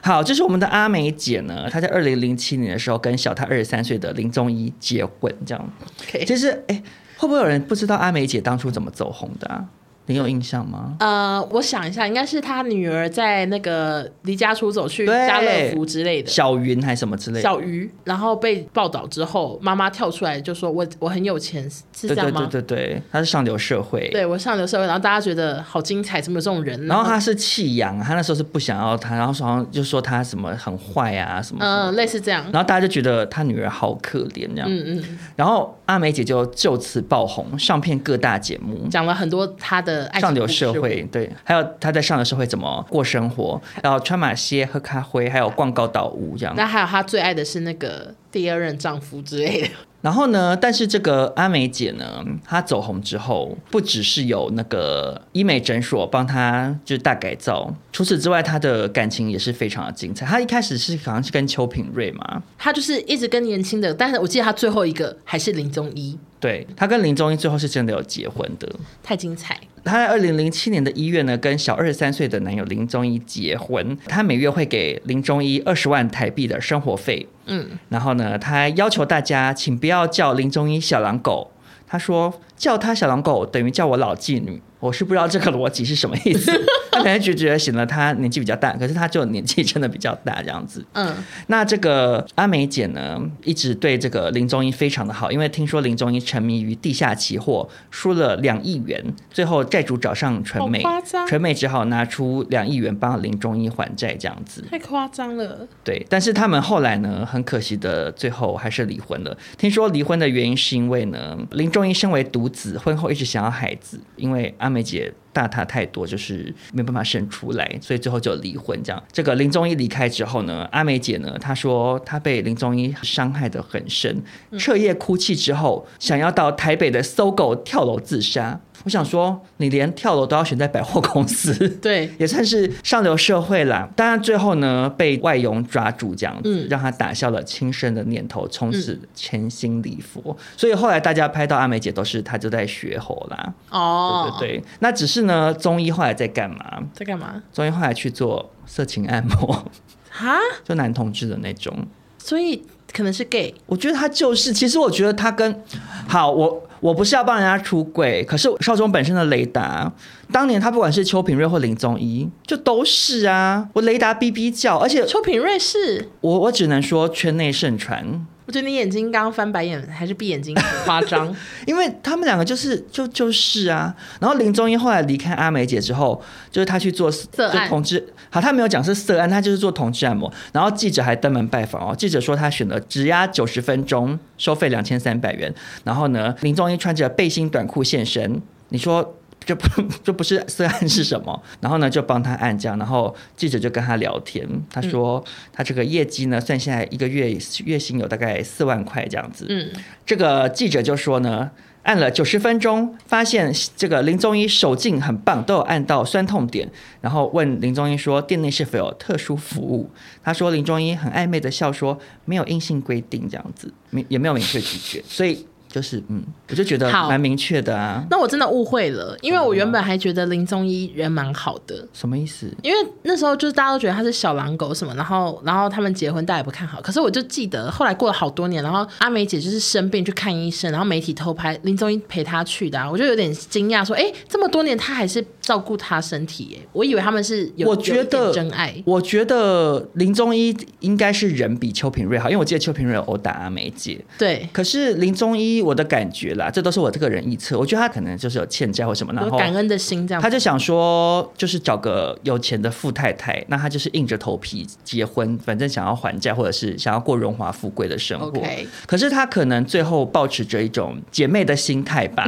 [SPEAKER 3] 好，就是我们的阿美姐呢，她在二零零七年的时候跟小她二十三岁的林宗一结婚，这样。
[SPEAKER 1] OK
[SPEAKER 3] 其实，哎、会不会有人不知道阿美姐当初怎么走红的、啊？你有印象吗？
[SPEAKER 1] 呃，我想一下，应该是他女儿在那个离家出走去
[SPEAKER 3] 对
[SPEAKER 1] 家乐福之类的。
[SPEAKER 3] 小云还是什么之类的？
[SPEAKER 1] 小鱼，然后被报道之后，妈妈跳出来就说我：“我很有钱，是这
[SPEAKER 3] 对
[SPEAKER 1] 样
[SPEAKER 3] 对
[SPEAKER 1] 吗？”
[SPEAKER 3] 对对对，她是上流社会。
[SPEAKER 1] 对我上流社会，然后大家觉得好精彩，怎么有这种人？
[SPEAKER 3] 然后他是弃养，啊他那时候是不想要他，然后好像就说他什么很坏啊什么什么
[SPEAKER 1] 嗯，类似这样，
[SPEAKER 3] 然后大家就觉得他女儿好可怜这样。
[SPEAKER 1] 嗯嗯，
[SPEAKER 3] 然后阿美姐就就此爆红，上片各大节目。
[SPEAKER 1] 讲了很多他的爱情
[SPEAKER 3] 上流
[SPEAKER 1] 故事
[SPEAKER 3] 社会，对，还有她在上流社会怎么过生活，然后穿马靴、喝咖啡，还有逛高岛屋这样。
[SPEAKER 1] 那还有她最爱的是那个第二任丈夫之类的，
[SPEAKER 3] 然后呢，但是这个阿美姐呢，她走红之后，不只是有那个医美诊所帮她就是大改造，除此之外，她的感情也是非常的精彩。她一开始是好像是跟邱品瑞嘛，
[SPEAKER 1] 她就是一直跟年轻的，但是我记得她最后一个还是林宗一，
[SPEAKER 3] 对，她跟林宗英最后是真的有结婚的。
[SPEAKER 1] 太精彩。
[SPEAKER 3] 她在二零零七年的一月呢，跟小二十三岁的男友林宗一结婚。她每月会给林宗一二十万台币的生活费。嗯，然后呢，她要求大家请不要叫林宗一小狼狗。她说叫他小狼狗等于叫我老妓女。我是不知道这个逻辑是什么意思。她可能就觉得显得她年纪比较大，可是她就年纪真的比较大这样子。
[SPEAKER 1] 嗯，
[SPEAKER 3] 那这个阿美姐呢，一直对这个林宗英非常的好，因为听说林宗英沉迷于地下期货，输了两亿元，最后债主找上纯美
[SPEAKER 1] 好夸，张
[SPEAKER 3] 纯美只好拿出两亿元帮林宗英还债，这样子。
[SPEAKER 1] 太夸张了。
[SPEAKER 3] 对，但是他们后来呢，很可惜的，最后还是离婚了。听说离婚的原因是因为呢，林仲英身为独子，婚后一直想要孩子，因为阿美姐大她太多，就是没办法生出来，所以最后就离婚。这样，这个林仲一离开之后呢，阿美姐呢，她说她被林仲一伤害的很深，彻夜哭泣之后，想要到台北的搜狗跳楼自杀。我想说，你连跳楼都要选在百货公司。
[SPEAKER 1] 对，
[SPEAKER 3] 也算是上流社会啦。当然最后呢，被外佣抓住这样子，
[SPEAKER 1] 嗯
[SPEAKER 3] 让他打消了轻生的念头，从此潜心礼佛。所以后来大家拍到阿美姐都是她就在学佛啦。
[SPEAKER 1] 哦，
[SPEAKER 3] 对对对，那只是是呢，中医后来在干嘛？
[SPEAKER 1] 在干嘛？
[SPEAKER 3] 中医后来去做色情按摩，
[SPEAKER 1] 哈，
[SPEAKER 3] 就男同志的那种。
[SPEAKER 1] 所以可能是 gay，
[SPEAKER 3] 我觉得他就是，其实我觉得他跟好，我我不是要帮人家出轨，可是少中本身的雷达，当年他不管是邱品瑞或林宗一，就都是啊，我雷达哔哔叫，而且
[SPEAKER 1] 邱品瑞是。
[SPEAKER 3] 我我只能说圈内盛传，
[SPEAKER 1] 我觉得你眼睛刚刚翻白眼还是闭眼睛很夸 张，
[SPEAKER 3] 因为他们两个就是就就是啊，然后林宗英后来离开阿美姐之后，就是他去做
[SPEAKER 1] 色
[SPEAKER 3] 就
[SPEAKER 1] 案
[SPEAKER 3] 同志，好，他没有讲是色案，他就是做同志按摩。然后记者还登门拜访哦，记者说他选了只押九十分钟，收费两千三百元。然后呢，林宗英穿着背心短裤现身，你说。 这不这不是色案是什么？然后呢，就帮他按这样，然后记者就跟他聊天。他说他这个业绩呢，算下来一个月月薪有大概四万块这样子。
[SPEAKER 1] 嗯，
[SPEAKER 3] 这个记者就说呢，按了九十分钟，发现这个林宗一手劲很棒，都有按到酸痛点。然后问林宗一说，店内是否有特殊服务？他说林宗一很暧昧的笑说，没有硬性规定这样子，没也没有明确拒绝，所以。就是嗯，我就觉得
[SPEAKER 1] 好
[SPEAKER 3] 蛮明确的啊，
[SPEAKER 1] 那我真的误会了，因为我原本还觉得林宗一人蛮好的，
[SPEAKER 3] 什么意思？
[SPEAKER 1] 因为那时候就是大家都觉得他是小狼狗什么，然后然后他们结婚大家也不看好。可是我就记得后来过了好多年，然后阿梅姐就是生病去看医生，然后媒体偷拍林宗英陪她去的、啊，我就有点惊讶说，哎、这么多年她还是照顾她身体、耶，我以为他们是有
[SPEAKER 3] 我觉
[SPEAKER 1] 有
[SPEAKER 3] 得
[SPEAKER 1] 一点真爱。
[SPEAKER 3] 我觉得林宗一应该是人比邱品瑞好，因为我记得邱品瑞有殴打阿梅姐，
[SPEAKER 1] 对，
[SPEAKER 3] 可是林宗一，我的感觉啦，这都是我这个人臆测，我觉得他可能就是有欠债或什么，然
[SPEAKER 1] 有
[SPEAKER 3] 后
[SPEAKER 1] 感恩的心这样
[SPEAKER 3] 他。就想说，就是找个有钱的富太太，那他就是硬着头皮结婚，反正想要还债或者是想要过荣华富贵的生活。
[SPEAKER 1] OK，
[SPEAKER 3] 可是他可能最后保持着一种姐妹的心态 吧。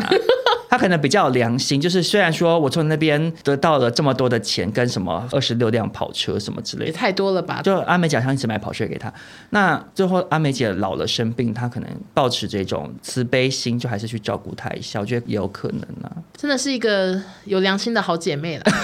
[SPEAKER 3] 他可能比较有良心，就是虽然说我从那边得到了这么多的钱，跟什么二十六辆跑车什么之类
[SPEAKER 1] 也
[SPEAKER 3] 的。
[SPEAKER 1] 太多了吧？
[SPEAKER 3] 就阿美假想一直买跑车给他，那最后阿美姐老了生病，她可能抱持这种慈悲心，就还是去照顾她一下，我觉得也有可能啊。
[SPEAKER 1] 真的是一个有良心的好姐妹了。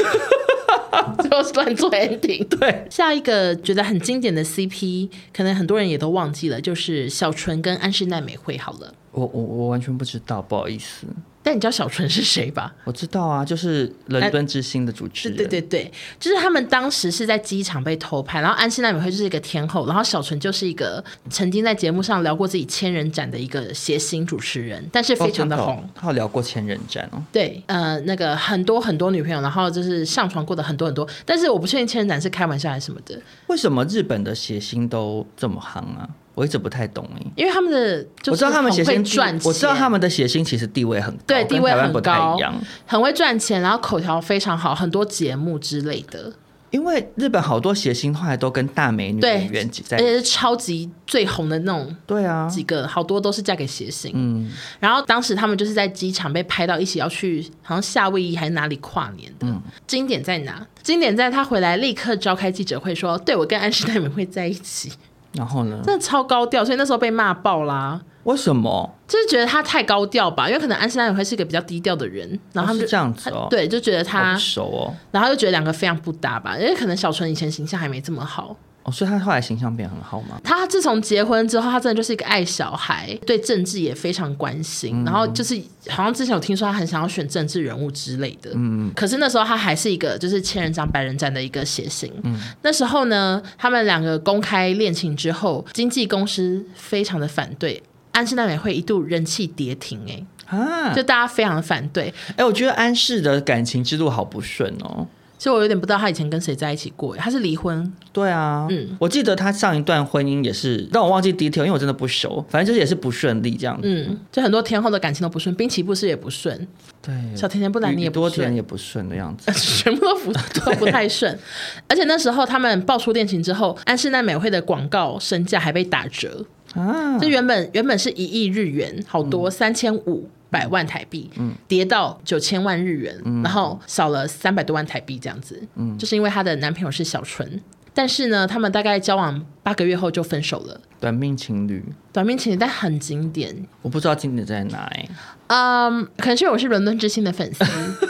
[SPEAKER 1] 就是乱做 ending。
[SPEAKER 3] 对，
[SPEAKER 1] 下一个觉得很经典的 CP，可能很多人也都忘记了，就是小纯跟安室奈美惠好了。
[SPEAKER 3] 我我我完全不知道，不好意思，
[SPEAKER 1] 但你知道小纯是谁吧？
[SPEAKER 3] 我知道啊，就是伦敦之星的主持
[SPEAKER 1] 对
[SPEAKER 3] 人，
[SPEAKER 1] 哎对对对，就是他们当时是在机场被偷拍，然后安室奈美惠就是一个天后，然后小纯就是一个曾经在节目上聊过自己千人展的一个谐星主持人，但是
[SPEAKER 3] 哦，
[SPEAKER 1] 非常的
[SPEAKER 3] 真
[SPEAKER 1] 红。
[SPEAKER 3] 哦他有聊过千人战哦，
[SPEAKER 1] 对，呃，那个很多很多女朋友，然后就是上床过的很多很多，但是我不确定千人展是开玩笑还是什么的，
[SPEAKER 3] 为什么日本的谐星都这么夯啊？我一直不太懂哎、
[SPEAKER 1] 因为他们的就是
[SPEAKER 3] 我知道他们写
[SPEAKER 1] 很会
[SPEAKER 3] 星
[SPEAKER 1] 赚钱，
[SPEAKER 3] 我知道他们的写星其实地位很高，
[SPEAKER 1] 对
[SPEAKER 3] 跟
[SPEAKER 1] 地位
[SPEAKER 3] 台湾
[SPEAKER 1] 很
[SPEAKER 3] 不太
[SPEAKER 1] 高
[SPEAKER 3] 一样。
[SPEAKER 1] 很会赚钱，然后口条非常好，很多节目之类的，
[SPEAKER 3] 因为日本好多谐星后来都跟大美女
[SPEAKER 1] 对
[SPEAKER 3] 嗯
[SPEAKER 1] 呃
[SPEAKER 3] 演员挤在
[SPEAKER 1] 而
[SPEAKER 3] 一起，
[SPEAKER 1] 且是超级最红的那种
[SPEAKER 3] 对啊，
[SPEAKER 1] 几个，好多都是嫁给谐星。嗯，然后当时他们就是在机场被拍到一起要去，好像夏威夷还是哪里跨年的。
[SPEAKER 3] 嗯
[SPEAKER 1] 经典在哪？经典在他回来立刻召开记者会说，对我跟安室奈美会在一起，
[SPEAKER 3] 然后呢？
[SPEAKER 1] 真的超高调，所以那时候被骂爆啦。
[SPEAKER 3] 为什么？
[SPEAKER 1] 就是觉得他太高调吧，因为可能安室奈美惠是一个比较低调的人，然后他们
[SPEAKER 3] 哦
[SPEAKER 1] 就是
[SPEAKER 3] 这样子哦
[SPEAKER 1] 他对，就觉得
[SPEAKER 3] 好
[SPEAKER 1] 他
[SPEAKER 3] 不熟哦，
[SPEAKER 1] 然后又觉得两个非常不搭吧，因为可能小纯以前形象还没这么好。
[SPEAKER 3] 哦，所以他后来形象变很好嘛。
[SPEAKER 1] 他自从结婚之后，他真的就是一个爱小孩，对政治也非常关心。然后就是好像之前有听说他很想要选政治人物之类的，嗯，可是那时候他还是一个就是千人斩百人斩的一个血型。嗯，那时候呢，他们两个公开恋情之后，经纪公司非常的反对。安室奈美惠一度人气跌停、欸，
[SPEAKER 3] 啊，
[SPEAKER 1] 就大家非常的反对，
[SPEAKER 3] 哎、我觉得安室的感情之路好不顺哦。
[SPEAKER 1] 所以我有点不知道他以前跟谁在一起过、欸，他是离婚
[SPEAKER 3] 对啊，
[SPEAKER 1] 嗯
[SPEAKER 3] 我记得他上一段婚姻也是，但我忘记 detail，因为我真的不熟，反正就是也是不顺利这样子。
[SPEAKER 1] 嗯，就很多天后的感情都不顺，滨崎步是也不顺，
[SPEAKER 3] 对，
[SPEAKER 1] 小甜甜布兰妮
[SPEAKER 3] 宇
[SPEAKER 1] 也不
[SPEAKER 3] 多
[SPEAKER 1] 顺。
[SPEAKER 3] 田也不顺的样子
[SPEAKER 1] 全部都不都不太顺。而且那时候他们爆出恋情之后，安室奈美惠的广告身价还被打折，
[SPEAKER 3] 啊，
[SPEAKER 1] 这原本原本是一亿日元，好多三千五。百万台币，跌到九千万日元，然后少了三百多万台币这样子，就是因为她的男朋友是小纯，但是呢，他们大概交往八个月后就分手了，
[SPEAKER 3] 短命情侣，
[SPEAKER 1] 短命情侣但很经典，
[SPEAKER 3] 我不知道经典在哪哎、
[SPEAKER 1] 嗯，可能是因为我是伦敦之星的 粉丝。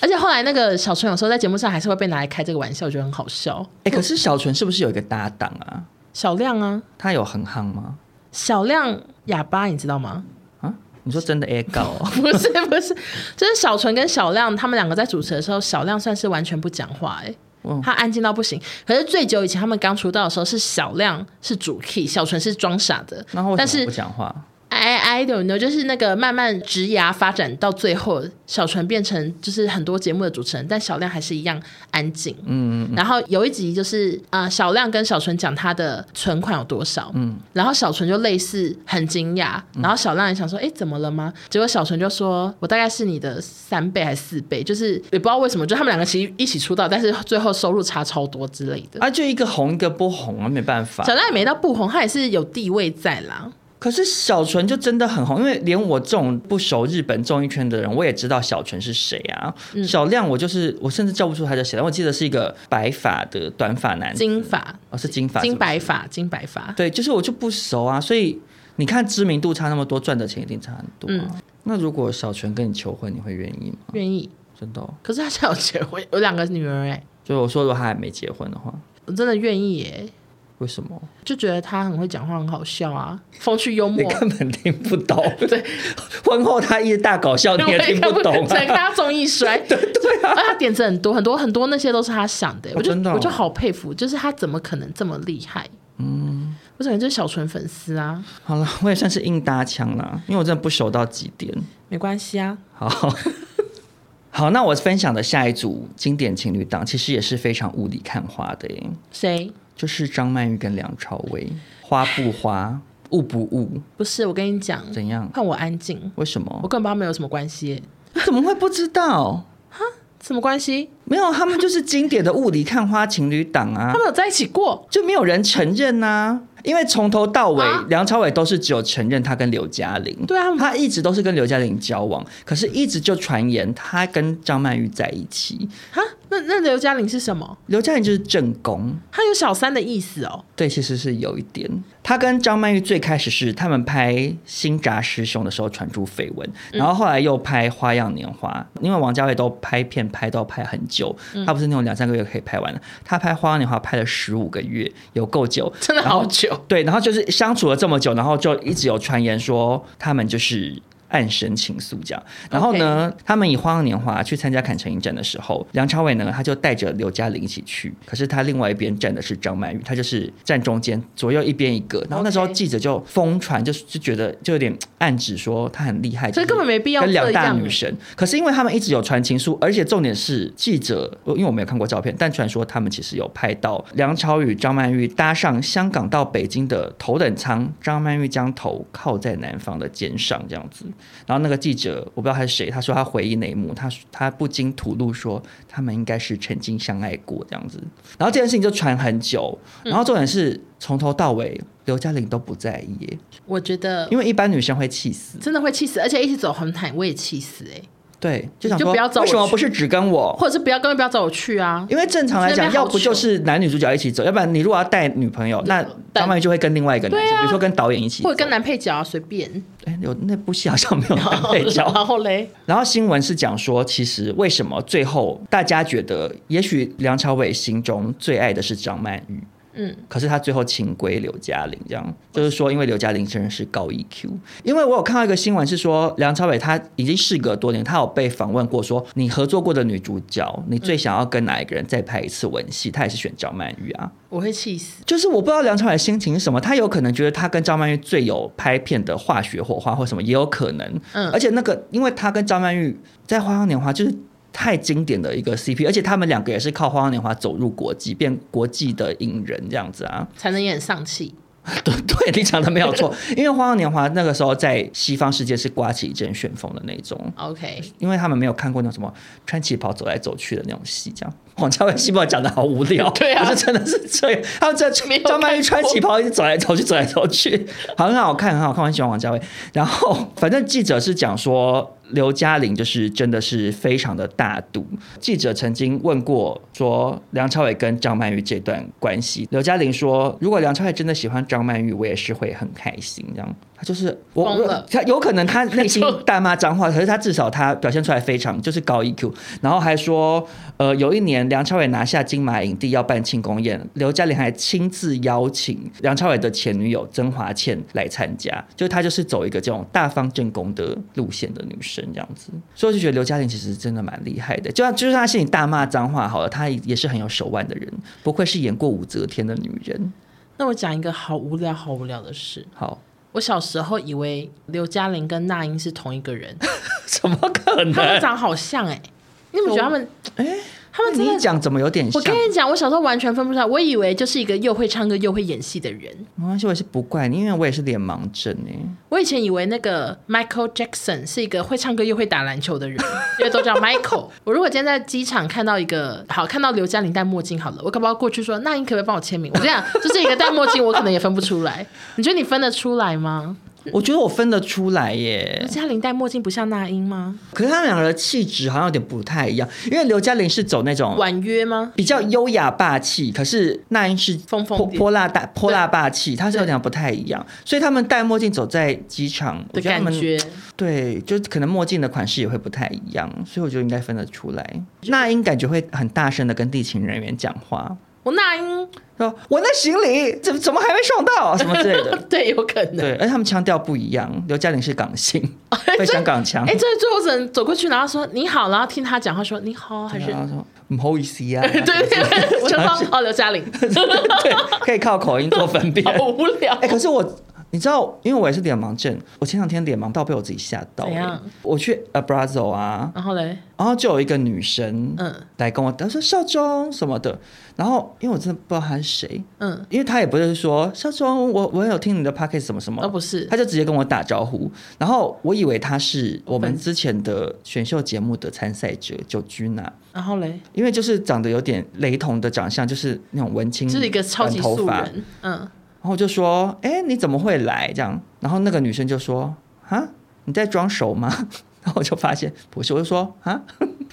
[SPEAKER 1] 而且后来那个小纯有时候在节目上还是会被拿来开这个玩笑，我觉得很好笑。
[SPEAKER 3] 哎、可是小纯是不是有一个搭档啊？
[SPEAKER 1] 小亮啊，
[SPEAKER 3] 他有很夯吗？
[SPEAKER 1] 小亮哑巴，你知道吗？？
[SPEAKER 3] 啊，你说真的 A 告、哦
[SPEAKER 1] 不是不是，就是小纯跟小亮他们两个在主持的时候，小亮算是完全不讲话、欸，
[SPEAKER 3] 嗯
[SPEAKER 1] 他安静到不行。可是最久以前他们刚出道的时候，是小亮是主 key，小纯是装傻的
[SPEAKER 3] 然后，为
[SPEAKER 1] 但
[SPEAKER 3] 什么
[SPEAKER 1] 是
[SPEAKER 3] 不讲话？
[SPEAKER 1] I I don't know，就是那个慢慢职涯发展到最后，小纯变成就是很多节目的主持人，但小亮还是一样安静。嗯然后有一集就是啊、呃小亮跟小纯讲他的存款有多少，嗯，然后小纯就类似很惊讶，
[SPEAKER 3] 嗯
[SPEAKER 1] 然后小亮也想说，哎、怎么了吗？结果小纯就说，我大概是你的三倍还是四倍，就是也不知道为什么，就他们两个其实一起出道，但是最后收入差超多之类的。
[SPEAKER 3] 啊，就一个红一个不红啊，没办法
[SPEAKER 1] 小。亮也没到不红，他也是有地位在啦。
[SPEAKER 3] 可是小纯就真的很红，因为连我这种不熟日本综艺圈的人，我也知道小纯是谁啊。
[SPEAKER 1] 嗯
[SPEAKER 3] 小亮，我就是我甚至叫不出他叫谁来，我记得是一个白发的短发男子，
[SPEAKER 1] 金发、
[SPEAKER 3] 哦是金发，
[SPEAKER 1] 金白
[SPEAKER 3] 是不是，
[SPEAKER 1] 发、金白发，
[SPEAKER 3] 对，就是我就不熟啊，所以你看知名度差那么多，赚的钱一定差很多、啊。
[SPEAKER 1] 嗯
[SPEAKER 3] 那如果小纯跟你求婚，你会愿意吗？
[SPEAKER 1] 愿意。
[SPEAKER 3] 真的、哦，
[SPEAKER 1] 可是他现在有结婚，有两个女儿哎、
[SPEAKER 3] 就是我说如果他还没结婚的话，
[SPEAKER 1] 我真的愿意耶、
[SPEAKER 3] 为什么？
[SPEAKER 1] 就觉得他很会讲话，很好笑啊，风趣幽
[SPEAKER 3] 你
[SPEAKER 1] 默。
[SPEAKER 3] 根本听不 懂。对， 婚后他一直大搞笑，你也
[SPEAKER 1] 我也
[SPEAKER 3] 听
[SPEAKER 1] 看
[SPEAKER 3] 不懂、
[SPEAKER 1] 只能看
[SPEAKER 3] 啊。
[SPEAKER 1] 他综艺 摔。对对啊，他点子很多很多很多，那些都是他想的、我就、
[SPEAKER 3] 真的哦
[SPEAKER 1] 我就好佩服，就是他怎么可能这么厉害？嗯，我整个就是小纯粉丝啊，
[SPEAKER 3] 好了， 我也算是硬搭腔了，因为我真的不熟到极点。
[SPEAKER 1] 没关系啊。
[SPEAKER 3] 好。 好，那我分享的下一组经典情侣档，其实也是非常雾里看花的耶，
[SPEAKER 1] 谁？
[SPEAKER 3] 就是张曼玉跟梁朝伟，花不花，雾不雾，
[SPEAKER 1] 不是我跟你讲，
[SPEAKER 3] 怎样？
[SPEAKER 1] 看我安静，
[SPEAKER 3] 为什
[SPEAKER 1] 我
[SPEAKER 3] 么？
[SPEAKER 1] 根本不知道没有什么关系耶、
[SPEAKER 3] 我怎么会不知道？
[SPEAKER 1] 什么关系？
[SPEAKER 3] 没有，他们就是经典的雾里看花情侣档啊
[SPEAKER 1] 他，们有在一起过？
[SPEAKER 3] 就没有人承认呐、因为从头到尾，
[SPEAKER 1] 啊
[SPEAKER 3] 梁朝伟都是只有承认他跟刘嘉玲，
[SPEAKER 1] 对啊，
[SPEAKER 3] 他一直都是跟刘嘉玲交往，可是一直就传言他跟张曼玉在一起。
[SPEAKER 1] 哈，那那刘嘉玲是什么？
[SPEAKER 3] 刘嘉玲就是正宫，
[SPEAKER 1] 她有小三的意思哦。
[SPEAKER 3] 对，其实是有一点。他跟张曼玉最开始是他们拍《新扎师兄》的时候传出绯闻，然后后来又拍《花样年华》，因为王家卫都拍片拍到拍很久，他不是那种两三个月可以拍完的，他拍《花样年华》拍了十五个月，有够久，
[SPEAKER 1] 真的
[SPEAKER 3] 然后
[SPEAKER 1] 好久。
[SPEAKER 3] 哦对，然后就是相处了这么久，然后就一直有传言说他们就是。暗生情愫这样，然后呢他们以《花样年华》去参加坎城影展的时候，梁朝伟呢，他就带着刘嘉玲一起去，可是他另外一边站的是张曼玉，他就是站中间，左右一边一个。然后那时候
[SPEAKER 1] OK
[SPEAKER 3] 记者就疯传，就就觉得就有点暗指说他很厉害，
[SPEAKER 1] 所以根本没必要
[SPEAKER 3] 跟两
[SPEAKER 1] 这
[SPEAKER 3] 大
[SPEAKER 1] 样
[SPEAKER 3] 女神。可是因为他们一直有传情书，而且重点是记者，呃因为我没有看过照片，但传说他们其实有拍到梁朝伟、张曼玉搭上香港到北京的头等舱，张曼玉将头靠在男方的肩上这样子。然后那个记者我不知道他是谁，他说他回忆那一幕，他他不禁吐露说他们应该是曾经相爱过这样子。然后这件事情就传很久，然后重点是从头到尾刘嘉玲都不在意耶，
[SPEAKER 1] 我觉得
[SPEAKER 3] 因为一般女生会气死。
[SPEAKER 1] 真的会气死，而且一起走红毯我也气死哎、
[SPEAKER 3] 对，就想
[SPEAKER 1] 就
[SPEAKER 3] 说
[SPEAKER 1] 不要找我
[SPEAKER 3] 为什么
[SPEAKER 1] 去
[SPEAKER 3] 不是只跟我？
[SPEAKER 1] 或者是不要根本不要找我去啊，
[SPEAKER 3] 因为正常来
[SPEAKER 1] 这
[SPEAKER 3] 讲，
[SPEAKER 1] 边好
[SPEAKER 3] 要不就是男女主角一起走，要不然你如果要带女朋友，那
[SPEAKER 1] 带
[SPEAKER 3] 张曼玉就会跟另外一个男生，
[SPEAKER 1] 对啊
[SPEAKER 3] 比如说跟导演一起走，
[SPEAKER 1] 或者跟男配角啊随便。
[SPEAKER 3] 哎有那部戏好像 没有男配角。
[SPEAKER 1] 然后嘞，
[SPEAKER 3] 然后新闻是讲说，其实为什么最后大家觉得，也许梁朝伟心中最爱的是张曼玉，
[SPEAKER 1] 嗯，
[SPEAKER 3] 可是他最后情归刘嘉玲，这样就是说，因为刘嘉玲真的是高 EQ。因为我有看到一个新闻是说，梁朝伟他已经事隔多年，他有被访问过说，你合作过的女主角，你最想要跟哪一个人再拍一次吻戏？他也是选张曼玉啊。
[SPEAKER 1] 我会气死。
[SPEAKER 3] 就是我不知道梁朝伟的心情是什么，他有可能觉得他跟张曼玉最有拍片的化学火花或什么，也有可能。
[SPEAKER 1] 嗯
[SPEAKER 3] 而且那个，因为他跟张曼玉在《花样年华》就是。太经典的一个 CP，而且他们两个也是靠《花样年华》走入国际，变国际的影人这样子啊。
[SPEAKER 1] 才能演上气，
[SPEAKER 3] 对，对你讲的没有错，因为《花样年华》那个时候在西方世界是刮起一阵旋风的那种。
[SPEAKER 1] OK，
[SPEAKER 3] 因为他们没有看过那种什么穿旗袍走来走去的那种戏，这样王家卫戏不讲的好无聊，
[SPEAKER 1] 对啊
[SPEAKER 3] 可是真的是这样，他们这
[SPEAKER 1] 没有看过
[SPEAKER 3] 张曼玉穿旗袍一直走来走去，走来走去，很好看，很好看，我很喜欢王家卫。然后反正记者是讲说。刘嘉玲就是真的是非常的大度。记者曾经问过说梁朝伟跟张曼玉这段关系，刘嘉玲说如果梁朝伟真的喜欢张曼玉，我也是会很开心这样。他就是我
[SPEAKER 1] 疯了
[SPEAKER 3] 他有可能 他内心大骂脏话，可是他至少他表现出来非常就是高 EQ，然后还说，呃，有一年梁朝伟拿下金马影帝要办庆功宴，刘嘉玲还亲自邀请梁朝伟的前女友曾华倩来参加，就她就是走一个这种大方正宫的路线的女生这样子，所以我就觉得刘嘉玲其实真的蛮厉害的，就像就算她心里大骂脏话好了，她也是很有手腕的人，不愧是演过武则天的女人。
[SPEAKER 1] 那我讲一个好无聊、好无聊的事。
[SPEAKER 3] 好，
[SPEAKER 1] 我小时候以为刘嘉玲跟那英是同一个 人，
[SPEAKER 3] 怎么可
[SPEAKER 1] 他们
[SPEAKER 3] 能？
[SPEAKER 1] 长好像哎、你有没有觉得他们？
[SPEAKER 3] 哎、
[SPEAKER 1] 他们
[SPEAKER 3] 你
[SPEAKER 1] 真的
[SPEAKER 3] 一讲怎么有点
[SPEAKER 1] 我
[SPEAKER 3] 像？
[SPEAKER 1] 跟你讲，我小时候完全分不出来，我以为就是一个又会唱歌又会演戏的人。
[SPEAKER 3] 没关系，我也是不怪你，因为我也是脸盲症哎、
[SPEAKER 1] 我以前以为那个 Michael Jackson 是一个会唱歌又会打篮球的人， 因为都叫 Michael。我如果今天在机场看到一个好看到刘嘉玲戴墨镜好了，我搞不好过去说：“那你可不可以帮我签名？”我这样就是一个戴墨镜，我可能也分不出来。你觉得你分得出来 吗？
[SPEAKER 3] 我觉得我分得出来耶
[SPEAKER 1] 刘，嘉玲戴墨镜不像那英吗？
[SPEAKER 3] 可是他们两个的气质好像有点不太一样，因为刘嘉玲是走那种
[SPEAKER 1] 婉约吗？
[SPEAKER 3] 比较优雅霸气，可是那英是
[SPEAKER 1] 疯疯
[SPEAKER 3] 泼
[SPEAKER 1] 癫
[SPEAKER 3] 泼辣大泼辣霸气，她是有点不太一样，所以他们戴墨镜走在机场，我
[SPEAKER 1] 的
[SPEAKER 3] 觉得他
[SPEAKER 1] 感
[SPEAKER 3] 们
[SPEAKER 1] 觉，
[SPEAKER 3] 对，就可能墨镜的款式也会不太一样，所以我觉得应该分得出来。那英感觉会很大声的跟地勤人员讲话，
[SPEAKER 1] 我那英
[SPEAKER 3] 说我那行李怎么怎么还没送到什么之类的。
[SPEAKER 1] 对有可能。
[SPEAKER 3] 对，而且他们腔调不一样。刘嘉玲是 港星，会香港腔。
[SPEAKER 1] 哎，这最后只能走过去，然后说你好，然后听他讲话说你好，啊还是
[SPEAKER 3] 然后说唔好意思啊，
[SPEAKER 1] 对对对，我就说哦，刘嘉玲，
[SPEAKER 3] 对，可以靠口音做 分辨。
[SPEAKER 1] 好无聊。
[SPEAKER 3] 哎、可是我，你知道，因为我也是脸盲症，我前两天脸盲到被我自己吓到、
[SPEAKER 1] 怎样
[SPEAKER 3] 欸。我去 Abrazo 啊，
[SPEAKER 1] 然后嘞，
[SPEAKER 3] 然后就有一个女生，
[SPEAKER 1] 嗯
[SPEAKER 3] 来跟我，她说少中什么的，然后因为我真的不知道她是谁，
[SPEAKER 1] 嗯，
[SPEAKER 3] 因为她也不是说少中，我我有听你的 p o c k e t 什么什么，
[SPEAKER 1] 哦不是
[SPEAKER 3] 她就直接跟我打招呼，然后我以为她是我们
[SPEAKER 1] 粉丝
[SPEAKER 3] 之前的选秀节目的参赛者九君娜，
[SPEAKER 1] 然后嘞，
[SPEAKER 3] 因为就是长得有点雷同的长相，就是那种文青，
[SPEAKER 1] 就是一个超级
[SPEAKER 3] 嗯头
[SPEAKER 1] 素
[SPEAKER 3] 发。
[SPEAKER 1] 人，嗯，
[SPEAKER 3] 然后我就说：“哎、你怎么会来？”这样，然后那个女生就说：“啊，你在装熟吗？” 然后我就发现不是，我就说：“啊，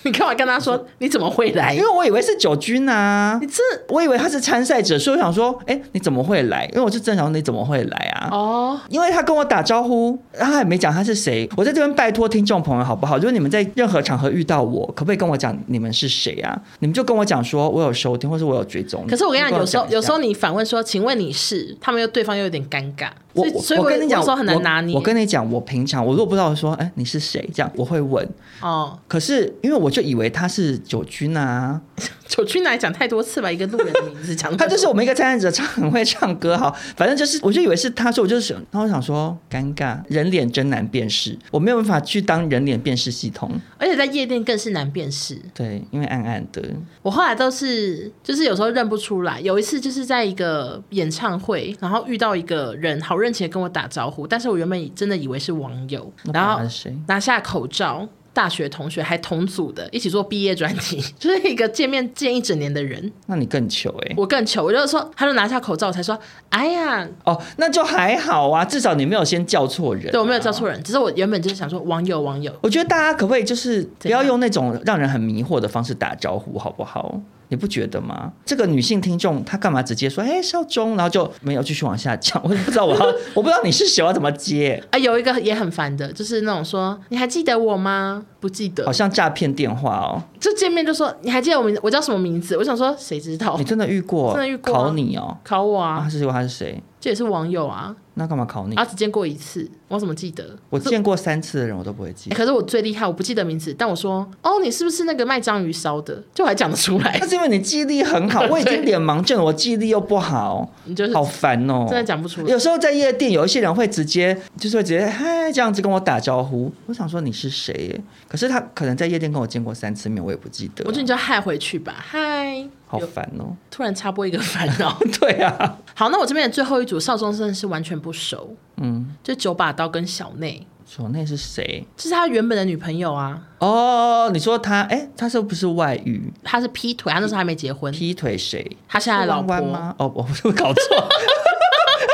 [SPEAKER 1] 你干嘛跟他说你怎么会 来
[SPEAKER 3] 因？为我以为是九军啊
[SPEAKER 1] 你，这
[SPEAKER 3] 我以为他是参赛者，所以我想说：哎、你怎么会来？因为我是正常，你怎么会来啊？”
[SPEAKER 1] 哦，
[SPEAKER 3] 因为他跟我打招呼，他也没讲他是谁。我在这边拜托听众朋友好不好？如果你们在任何场合遇到我，可不可以跟我讲你们是谁啊？你们就跟我讲说我有收听，或是我有追踪。
[SPEAKER 1] 可是我跟你讲，有时候
[SPEAKER 3] 跟我讲一下
[SPEAKER 1] 有时候你反问说，请问你是，他们又对方又有点尴尬，所以
[SPEAKER 3] 我
[SPEAKER 1] 所以
[SPEAKER 3] 我跟你讲，
[SPEAKER 1] 有时候很难拿捏。
[SPEAKER 3] 我。我跟你讲，我平常我如果不知道说，哎、你是谁？这样我会问。
[SPEAKER 1] 哦，
[SPEAKER 3] 可是因为我就以为他是九军啊，
[SPEAKER 1] 九区奶讲太多次吧，一个路人的名字讲
[SPEAKER 3] 他就是我们一个参赛者，唱很会唱歌哈。反正就是，我就以为是他，所以我就想，然后我想说，尴尬，人脸真难辨识，我没有办法去当人脸辨识系统。
[SPEAKER 1] 而且在夜店更是难辨识。
[SPEAKER 3] 对，因为暗暗的，
[SPEAKER 1] 我后来都是，就是有时候认不出来。有一次就是在一个演唱会，然后遇到一个人，好热情的跟我打招呼，但是我原本真的以为是网友，
[SPEAKER 3] 那不
[SPEAKER 1] 然
[SPEAKER 3] 然
[SPEAKER 1] 后
[SPEAKER 3] 他是谁？
[SPEAKER 1] 拿下口罩，大学同学还同组的，一起做毕业专题， 就是一个见面见一整年的人。
[SPEAKER 3] 那你更糗哎、
[SPEAKER 1] 我更糗，我就说，他就拿下口罩，我才说，哎呀，
[SPEAKER 3] 哦，那就还好啊，至少你没有先叫错人、啊
[SPEAKER 1] 对我没有叫。错人，只是我原本就是想说网友网友，
[SPEAKER 3] 我觉得大家可不可以就是不
[SPEAKER 1] 怎样
[SPEAKER 3] 要用那种让人很迷惑的方式打招呼，好不好？你不觉得吗？这个女性听众她干嘛直接说“哎、少中”，然后就没有继续往下讲？我也不知 道我要，我不知道你是谁，我要怎么接？
[SPEAKER 1] 啊，有一个也很烦的，就是那种说，你还记得我吗？不记得
[SPEAKER 3] 好，像诈骗电话哦。
[SPEAKER 1] 就见面就说，你还记得我名，我叫什么名字？我想说，谁知道
[SPEAKER 3] 你？真的遇过？
[SPEAKER 1] 哦真的遇过啊
[SPEAKER 3] 考你哦。
[SPEAKER 1] 考我
[SPEAKER 3] 啊，
[SPEAKER 1] 啊
[SPEAKER 3] 他，是说他是谁？
[SPEAKER 1] 这也是网友啊，
[SPEAKER 3] 那干嘛考你？
[SPEAKER 1] 啊，只见过一次，我怎么记得？
[SPEAKER 3] 我见过三次的人，我都不会记
[SPEAKER 1] 欸。可是我最厉害，我不记得名字，但我说，哦，你是不是那个卖章鱼烧的？就我还讲得出来
[SPEAKER 3] 那，是因为你记忆力很 好，我已经脸盲症了，我记忆力又不好，
[SPEAKER 1] 你就是
[SPEAKER 3] 好烦哦。
[SPEAKER 1] 真的讲不出来。
[SPEAKER 3] 有时候在夜店，有一些人会直接就是会直接嗨这样子跟我打招呼，我想说你是谁耶？可是他可能在夜店跟我见过三次面，我也不记得啊、
[SPEAKER 1] 我觉得你就嗨回去吧，嗨。
[SPEAKER 3] 好
[SPEAKER 1] 有
[SPEAKER 3] 烦哦、
[SPEAKER 1] 突然插播一个烦 恼。
[SPEAKER 3] 对啊，
[SPEAKER 1] 好，那我这边的最后一组少中真的是完全不熟，
[SPEAKER 3] 嗯，
[SPEAKER 1] 就九把刀跟小内，
[SPEAKER 3] 左内是谁？
[SPEAKER 1] 这是他原本的女朋友啊，
[SPEAKER 3] 哦，你说他，哎、他是不是外遇？
[SPEAKER 1] 他是劈腿，他那时候还没结婚，
[SPEAKER 3] 劈腿谁？哦
[SPEAKER 1] 他现在的老
[SPEAKER 3] 弯弯
[SPEAKER 1] 婆，
[SPEAKER 3] 吗？哦，我我搞错，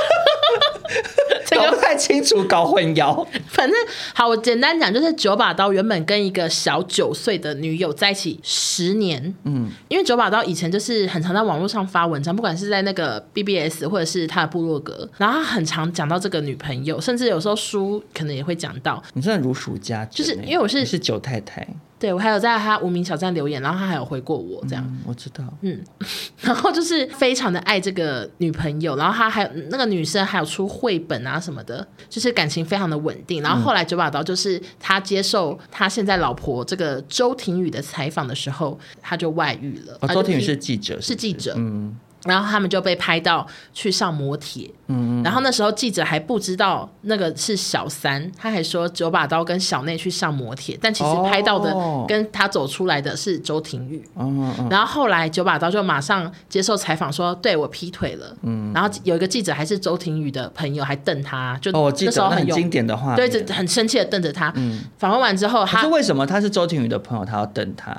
[SPEAKER 1] 这
[SPEAKER 3] 搞不
[SPEAKER 1] 个
[SPEAKER 3] 太清楚，搞混淆。
[SPEAKER 1] 反正好，我简单讲，就是九把刀原本跟一个小九岁的女友在一起十年，嗯，因为九把刀以前就是很常在网络上发文章，不管是在那个 BBS 或者是他的部落格，然后他很常讲到这个女朋友，甚至有时候书可能也会讲到。
[SPEAKER 3] 你真的如数家珍
[SPEAKER 1] 就
[SPEAKER 3] 欸，
[SPEAKER 1] 是因为我是
[SPEAKER 3] 你是九太太，
[SPEAKER 1] 对我还有在他无名小站留言，然后他还有回过我这样，
[SPEAKER 3] 嗯，我知道。
[SPEAKER 1] 然后就是非常的爱这个女朋友，然后他还有那个女生还有出绘本啊什么的，就是感情非常的稳定。
[SPEAKER 3] 嗯
[SPEAKER 1] 然后后来九把刀就是他接受他现在老婆这个周婷宇的采访的时候，他就外遇了。
[SPEAKER 3] 哦，
[SPEAKER 1] 他
[SPEAKER 3] 周
[SPEAKER 1] 啊就
[SPEAKER 3] 庭宇
[SPEAKER 1] 劈
[SPEAKER 3] 是记者，
[SPEAKER 1] 是记者，
[SPEAKER 3] 嗯
[SPEAKER 1] 然后他们就被拍到去上摩铁，
[SPEAKER 3] 嗯
[SPEAKER 1] 然后那时候记者还不知道那个是小三，他还说九把刀跟小内去上摩铁，但其实拍到的
[SPEAKER 3] 哦
[SPEAKER 1] 跟他走出来的是周庭宇。
[SPEAKER 3] 嗯嗯
[SPEAKER 1] 然后后来九把刀就马上接受采访说，对我劈腿了。嗯，然后有一个记者还是周庭宇的朋友，还瞪他，就
[SPEAKER 3] 嗯，哦，我记
[SPEAKER 1] 那
[SPEAKER 3] 得
[SPEAKER 1] 时候
[SPEAKER 3] 那很
[SPEAKER 1] 很有
[SPEAKER 3] 经典的话，
[SPEAKER 1] 对，就。很生气的瞪着他。访问完之后，
[SPEAKER 3] 可
[SPEAKER 1] 他
[SPEAKER 3] 是为什么他是周庭宇的朋友，他要等他？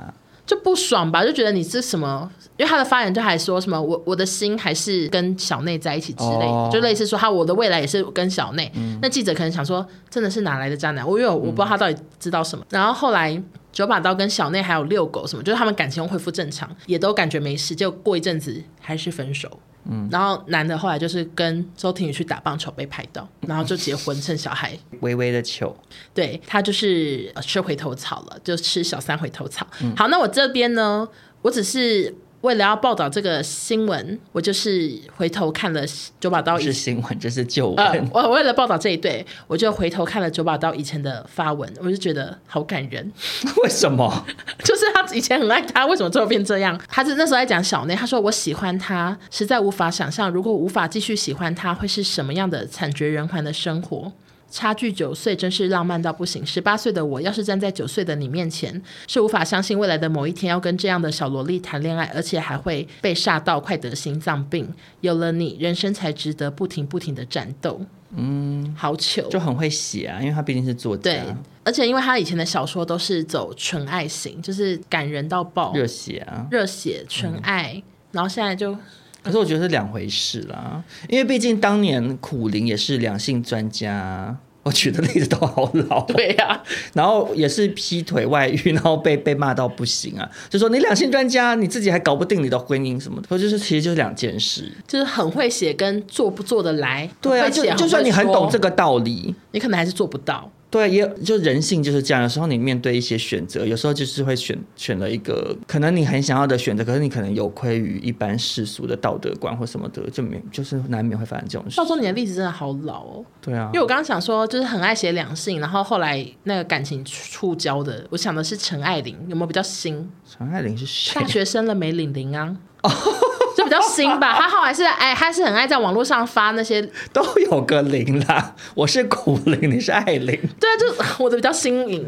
[SPEAKER 1] 就不爽吧，就觉得你是什么？因为他的发言就还说什么我我的心还是跟小内在一起之类的，
[SPEAKER 3] 哦
[SPEAKER 1] 就类似说他我的未来也是跟小内。那记者可能想说，真的是哪来的渣男？我因为我我不知道他到底知道什么。然后后来。九把刀跟小内还有遛狗什么，就是他们感情恢复正常，也都感觉没事。就过一阵子还是分手，嗯，然后男的后来就是跟周庭宇去打棒球被拍到，然后就结婚生小孩，
[SPEAKER 3] 微微的求，
[SPEAKER 1] 对他就是呃吃回头草了，就吃小三回头草。
[SPEAKER 3] 嗯
[SPEAKER 1] 好，那我这边呢，我只是为了要报道这个新闻，我就是回头看了九把刀
[SPEAKER 3] 不
[SPEAKER 1] 以
[SPEAKER 3] 是新闻，这是旧
[SPEAKER 1] 哦呃
[SPEAKER 3] 闻，。
[SPEAKER 1] 我我为了报道这一对，我就回头看了九把刀以前的发文，我就觉得好感人，
[SPEAKER 3] 为什么？
[SPEAKER 1] 就是他以前很爱他，为什么最后变这样？他是那时候在讲小内，他说我喜欢他，实在无法想象，如果无法继续喜欢他，会是什么样的惨绝人寰的生活。差距九岁真是浪漫到不行。十八岁的我要是站在九岁的你面前，是无法相信未来的某一天要跟这样的小萝莉谈恋爱，而且还会被吓到快得心脏病。有了你，人生才值得不停不停的战斗。嗯，好糗，
[SPEAKER 3] 就很会写啊，因为他毕竟是作
[SPEAKER 1] 对
[SPEAKER 3] 家，，
[SPEAKER 1] 而且因为他以前的小说都是走纯爱型，就是感人到爆，
[SPEAKER 3] 热血啊。
[SPEAKER 1] 热血纯爱，
[SPEAKER 3] 嗯
[SPEAKER 1] 然后现在就
[SPEAKER 3] 可是我觉得是两回事啦，因为毕竟当年苦林也是两性专家啊，我举的例子都好老哦、
[SPEAKER 1] 对呀、
[SPEAKER 3] 然后也是劈腿外遇，然后被被骂到不行啊，就说你两性专家，你自己还搞不定你的婚姻什么的，就是其实就是两件事。
[SPEAKER 1] 就是很会写跟做不做得来，
[SPEAKER 3] 对啊，
[SPEAKER 1] 很会
[SPEAKER 3] 就
[SPEAKER 1] 写
[SPEAKER 3] 就算你很懂这
[SPEAKER 1] 个，
[SPEAKER 3] 个道理，
[SPEAKER 1] 你可能还是做不到。
[SPEAKER 3] 对，也就人性就是这样。有时候你面对一些选择，有时候就是会选选了一个可能你很想要的选择，可是你可能有亏于一般世俗的道德观或什么的，就没就是难免会发生这种事
[SPEAKER 1] 到。时候你的例子真的好老哦，
[SPEAKER 3] 对啊
[SPEAKER 1] 因为，我刚刚想说，就是很爱写两性，然后后来那个感情触礁的，我想的是陈爱玲，有没有比较新？
[SPEAKER 3] 陈爱玲是哦谁
[SPEAKER 1] 大？学生了没领玲啊？ 就比较新吧，他后来是哎，他是很爱在网络上发那些，对
[SPEAKER 3] 都有个零啦，我是苦零，你是爱玲。
[SPEAKER 1] 啊，就 我的比较新颖，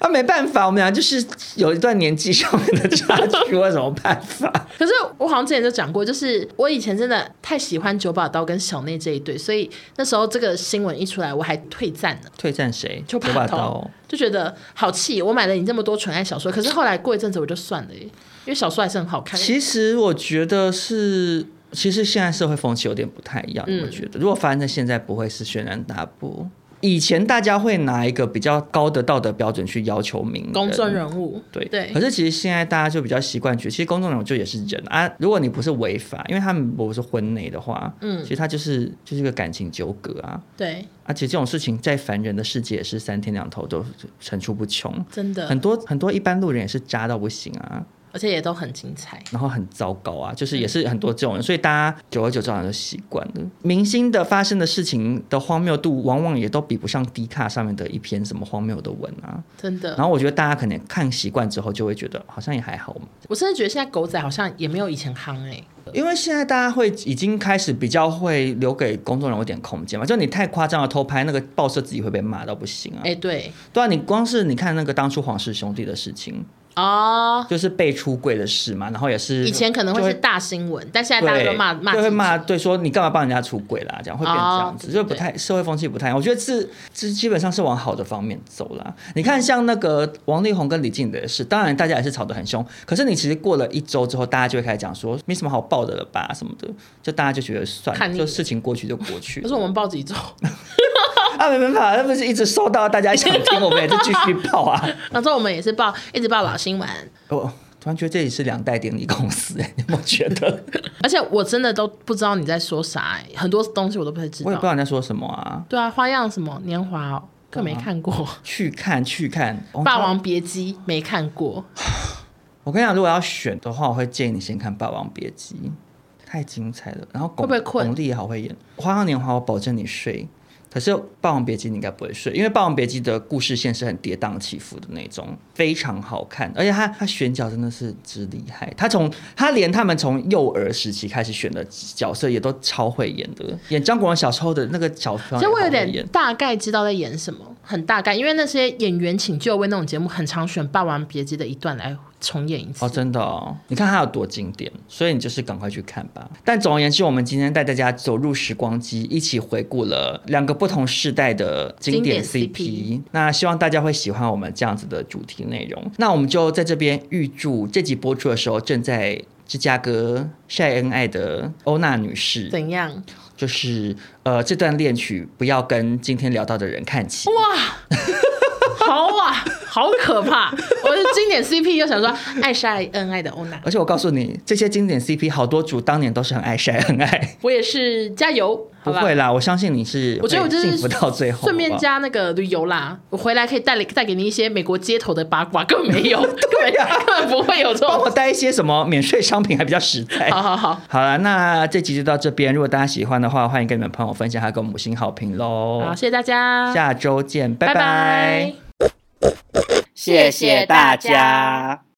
[SPEAKER 3] 啊，没办法，我们俩就是有一段年纪上面的差 距，我有什么办法？
[SPEAKER 1] 可是我好像之前就讲过，就是我以前真的太喜欢九把刀跟小内这一对，所以那时候这个新闻一出来，我还退战了。
[SPEAKER 3] 退战谁？
[SPEAKER 1] 九
[SPEAKER 3] 九
[SPEAKER 1] 把
[SPEAKER 3] 把
[SPEAKER 1] 刀
[SPEAKER 3] 刀。
[SPEAKER 1] 就觉得好气，我买了你这么多纯爱小说，可是后来过一阵子我就算了耶，因为小说还是很好看。
[SPEAKER 3] 其实我觉得是，其实现在社会风气有点不太一样。我觉得，
[SPEAKER 1] 嗯
[SPEAKER 3] 如果发生在现在，不会是轩然大波。以前大家会拿一个比较高的道德标准去要求名人
[SPEAKER 1] 公众人物，
[SPEAKER 3] 对
[SPEAKER 1] 对
[SPEAKER 3] 可，是其实现在大家就比较习惯去，其实公众人物就也是人啊。如果你不是违法，因为他们如果是婚内的话，嗯，其实他就是就是一个感情纠葛啊。
[SPEAKER 1] 对，
[SPEAKER 3] 而且这种事情在凡人的世界也是三天两头都层出不穷，
[SPEAKER 1] 真的
[SPEAKER 3] 很，多很多一般路人也是渣到不行啊，
[SPEAKER 1] 而且也都很精彩。
[SPEAKER 3] 然后很糟糕啊，就是
[SPEAKER 1] 嗯
[SPEAKER 3] 也是很多这种人，所以大家久而久之好像就习惯了。明星的发生的事情的荒谬度，往往也都比不上 D 卡上面的一篇什么荒谬的文啊。
[SPEAKER 1] 真
[SPEAKER 3] 然
[SPEAKER 1] 的，
[SPEAKER 3] 后我觉得大家可能看习惯之后，就会觉得好像也还好嘛。
[SPEAKER 1] 我真的觉得现在狗仔好像也没有以前夯哎、
[SPEAKER 3] 因为现在大家会已经开始比较会留给公众人物一点空间嘛，就你太夸张了偷拍那个报社自己会被骂到不行啊。
[SPEAKER 1] 哎、对
[SPEAKER 3] 对啊，你光是你看那个当初皇室兄弟的事情，
[SPEAKER 1] 哦，
[SPEAKER 3] 就是被出柜的事嘛，然后也是
[SPEAKER 1] 以前可能会
[SPEAKER 3] 就是
[SPEAKER 1] 大新闻，但现在大家
[SPEAKER 3] 对
[SPEAKER 1] 都骂骂
[SPEAKER 3] 就会
[SPEAKER 1] 记者
[SPEAKER 3] 骂对说你干嘛帮人家出轨啦，这样会变成这样子，
[SPEAKER 1] 哦
[SPEAKER 3] 就不太社会风气不太一样。我觉得这这基本上是往好的方面走啦。你看像那个王力宏跟李静的事，当然大家也是吵得很凶，可是你其实过了一周之后，大家就会开始讲说没什么好报的了吧什么的，就大家就觉得算
[SPEAKER 1] 看
[SPEAKER 3] 了，
[SPEAKER 1] 腻
[SPEAKER 3] 就
[SPEAKER 1] 了
[SPEAKER 3] 事情过去就过去
[SPEAKER 1] 可。是我们报几周？
[SPEAKER 3] 啊，没办法，那不是一直收到大家想听，我们也是继续报啊。
[SPEAKER 1] 然后我们也是报，一直报老新闻，
[SPEAKER 3] 我突然觉得这里是两代典礼公司，哎你有没有觉 得？
[SPEAKER 1] 而且我真的都不知道你在说啥、欸，很多东西我都不太知
[SPEAKER 3] 我也不知
[SPEAKER 1] 道。
[SPEAKER 3] 道你在说什么啊。
[SPEAKER 1] 对啊，花样什么年华、哦，更没看过，
[SPEAKER 3] 去看去看，
[SPEAKER 1] 《
[SPEAKER 3] 哦
[SPEAKER 1] 霸王别姬》没看过，
[SPEAKER 3] 我跟你讲，如果要选的话，我会建议你先看《霸王别姬》，太精彩了。然后
[SPEAKER 1] 会
[SPEAKER 3] 巩
[SPEAKER 1] 不会困
[SPEAKER 3] 巩俐也好会演，《花样年华》我保证你睡。可是《霸王别姬》你应该不会睡，因为《霸王别姬》的故事线是很跌宕起伏的那种，非常好看，而且它它选角真的是之厉害。他从他连他们从幼儿时期开始选的角色也都超会演的，演张国荣小时候的那个小朋
[SPEAKER 1] 其实
[SPEAKER 3] 友，
[SPEAKER 1] 我有
[SPEAKER 3] 演
[SPEAKER 1] 点。大概知道在演什么，很大概，因为那些演员请就位那种节目，很常选《霸王别姬》的一段来重演一次。
[SPEAKER 3] 哦，真的哦，你看它有多经典，所以你就是赶快去看吧。但总而言之，我们今天带大家走入时光机，一起回顾了两个不同世代的经典
[SPEAKER 1] 经
[SPEAKER 3] CP。
[SPEAKER 1] 典
[SPEAKER 3] 那希望大家会喜欢我们这样子的主题内容。那我们就在这边预祝这集播出的时候，正在芝加哥晒恩爱的欧娜女士，
[SPEAKER 1] 怎样？
[SPEAKER 3] 就是呃，这段恋曲不要跟今天聊到的人看齐。
[SPEAKER 1] 好啊， 好可怕！我是经典 CP，又想说爱是爱恩爱的欧娜，
[SPEAKER 3] 而且我告诉你，这些经典 CP 好多组当年都是很爱晒恩爱。
[SPEAKER 1] 我也是加油，好
[SPEAKER 3] 不
[SPEAKER 1] 吧？
[SPEAKER 3] 会啦，我相信你是，
[SPEAKER 1] 我觉得我就是
[SPEAKER 3] 幸福到最后，
[SPEAKER 1] 顺便
[SPEAKER 3] 好不好
[SPEAKER 1] 加那个旅游啦，我回来可以带带给你一些美国街头的八卦，根本没 有，根本根本不会有这
[SPEAKER 3] 啊帮
[SPEAKER 1] 种。
[SPEAKER 3] 我带一些什么免税商品还比较实在。
[SPEAKER 1] 好好好，
[SPEAKER 3] 好了，那这集就到这边。如果大家喜欢的话，欢迎跟你们朋友分享，还有给我们五星好评喽
[SPEAKER 1] 好，。谢谢大家，
[SPEAKER 3] 下周见，拜
[SPEAKER 1] 拜拜。
[SPEAKER 2] 谢谢大家。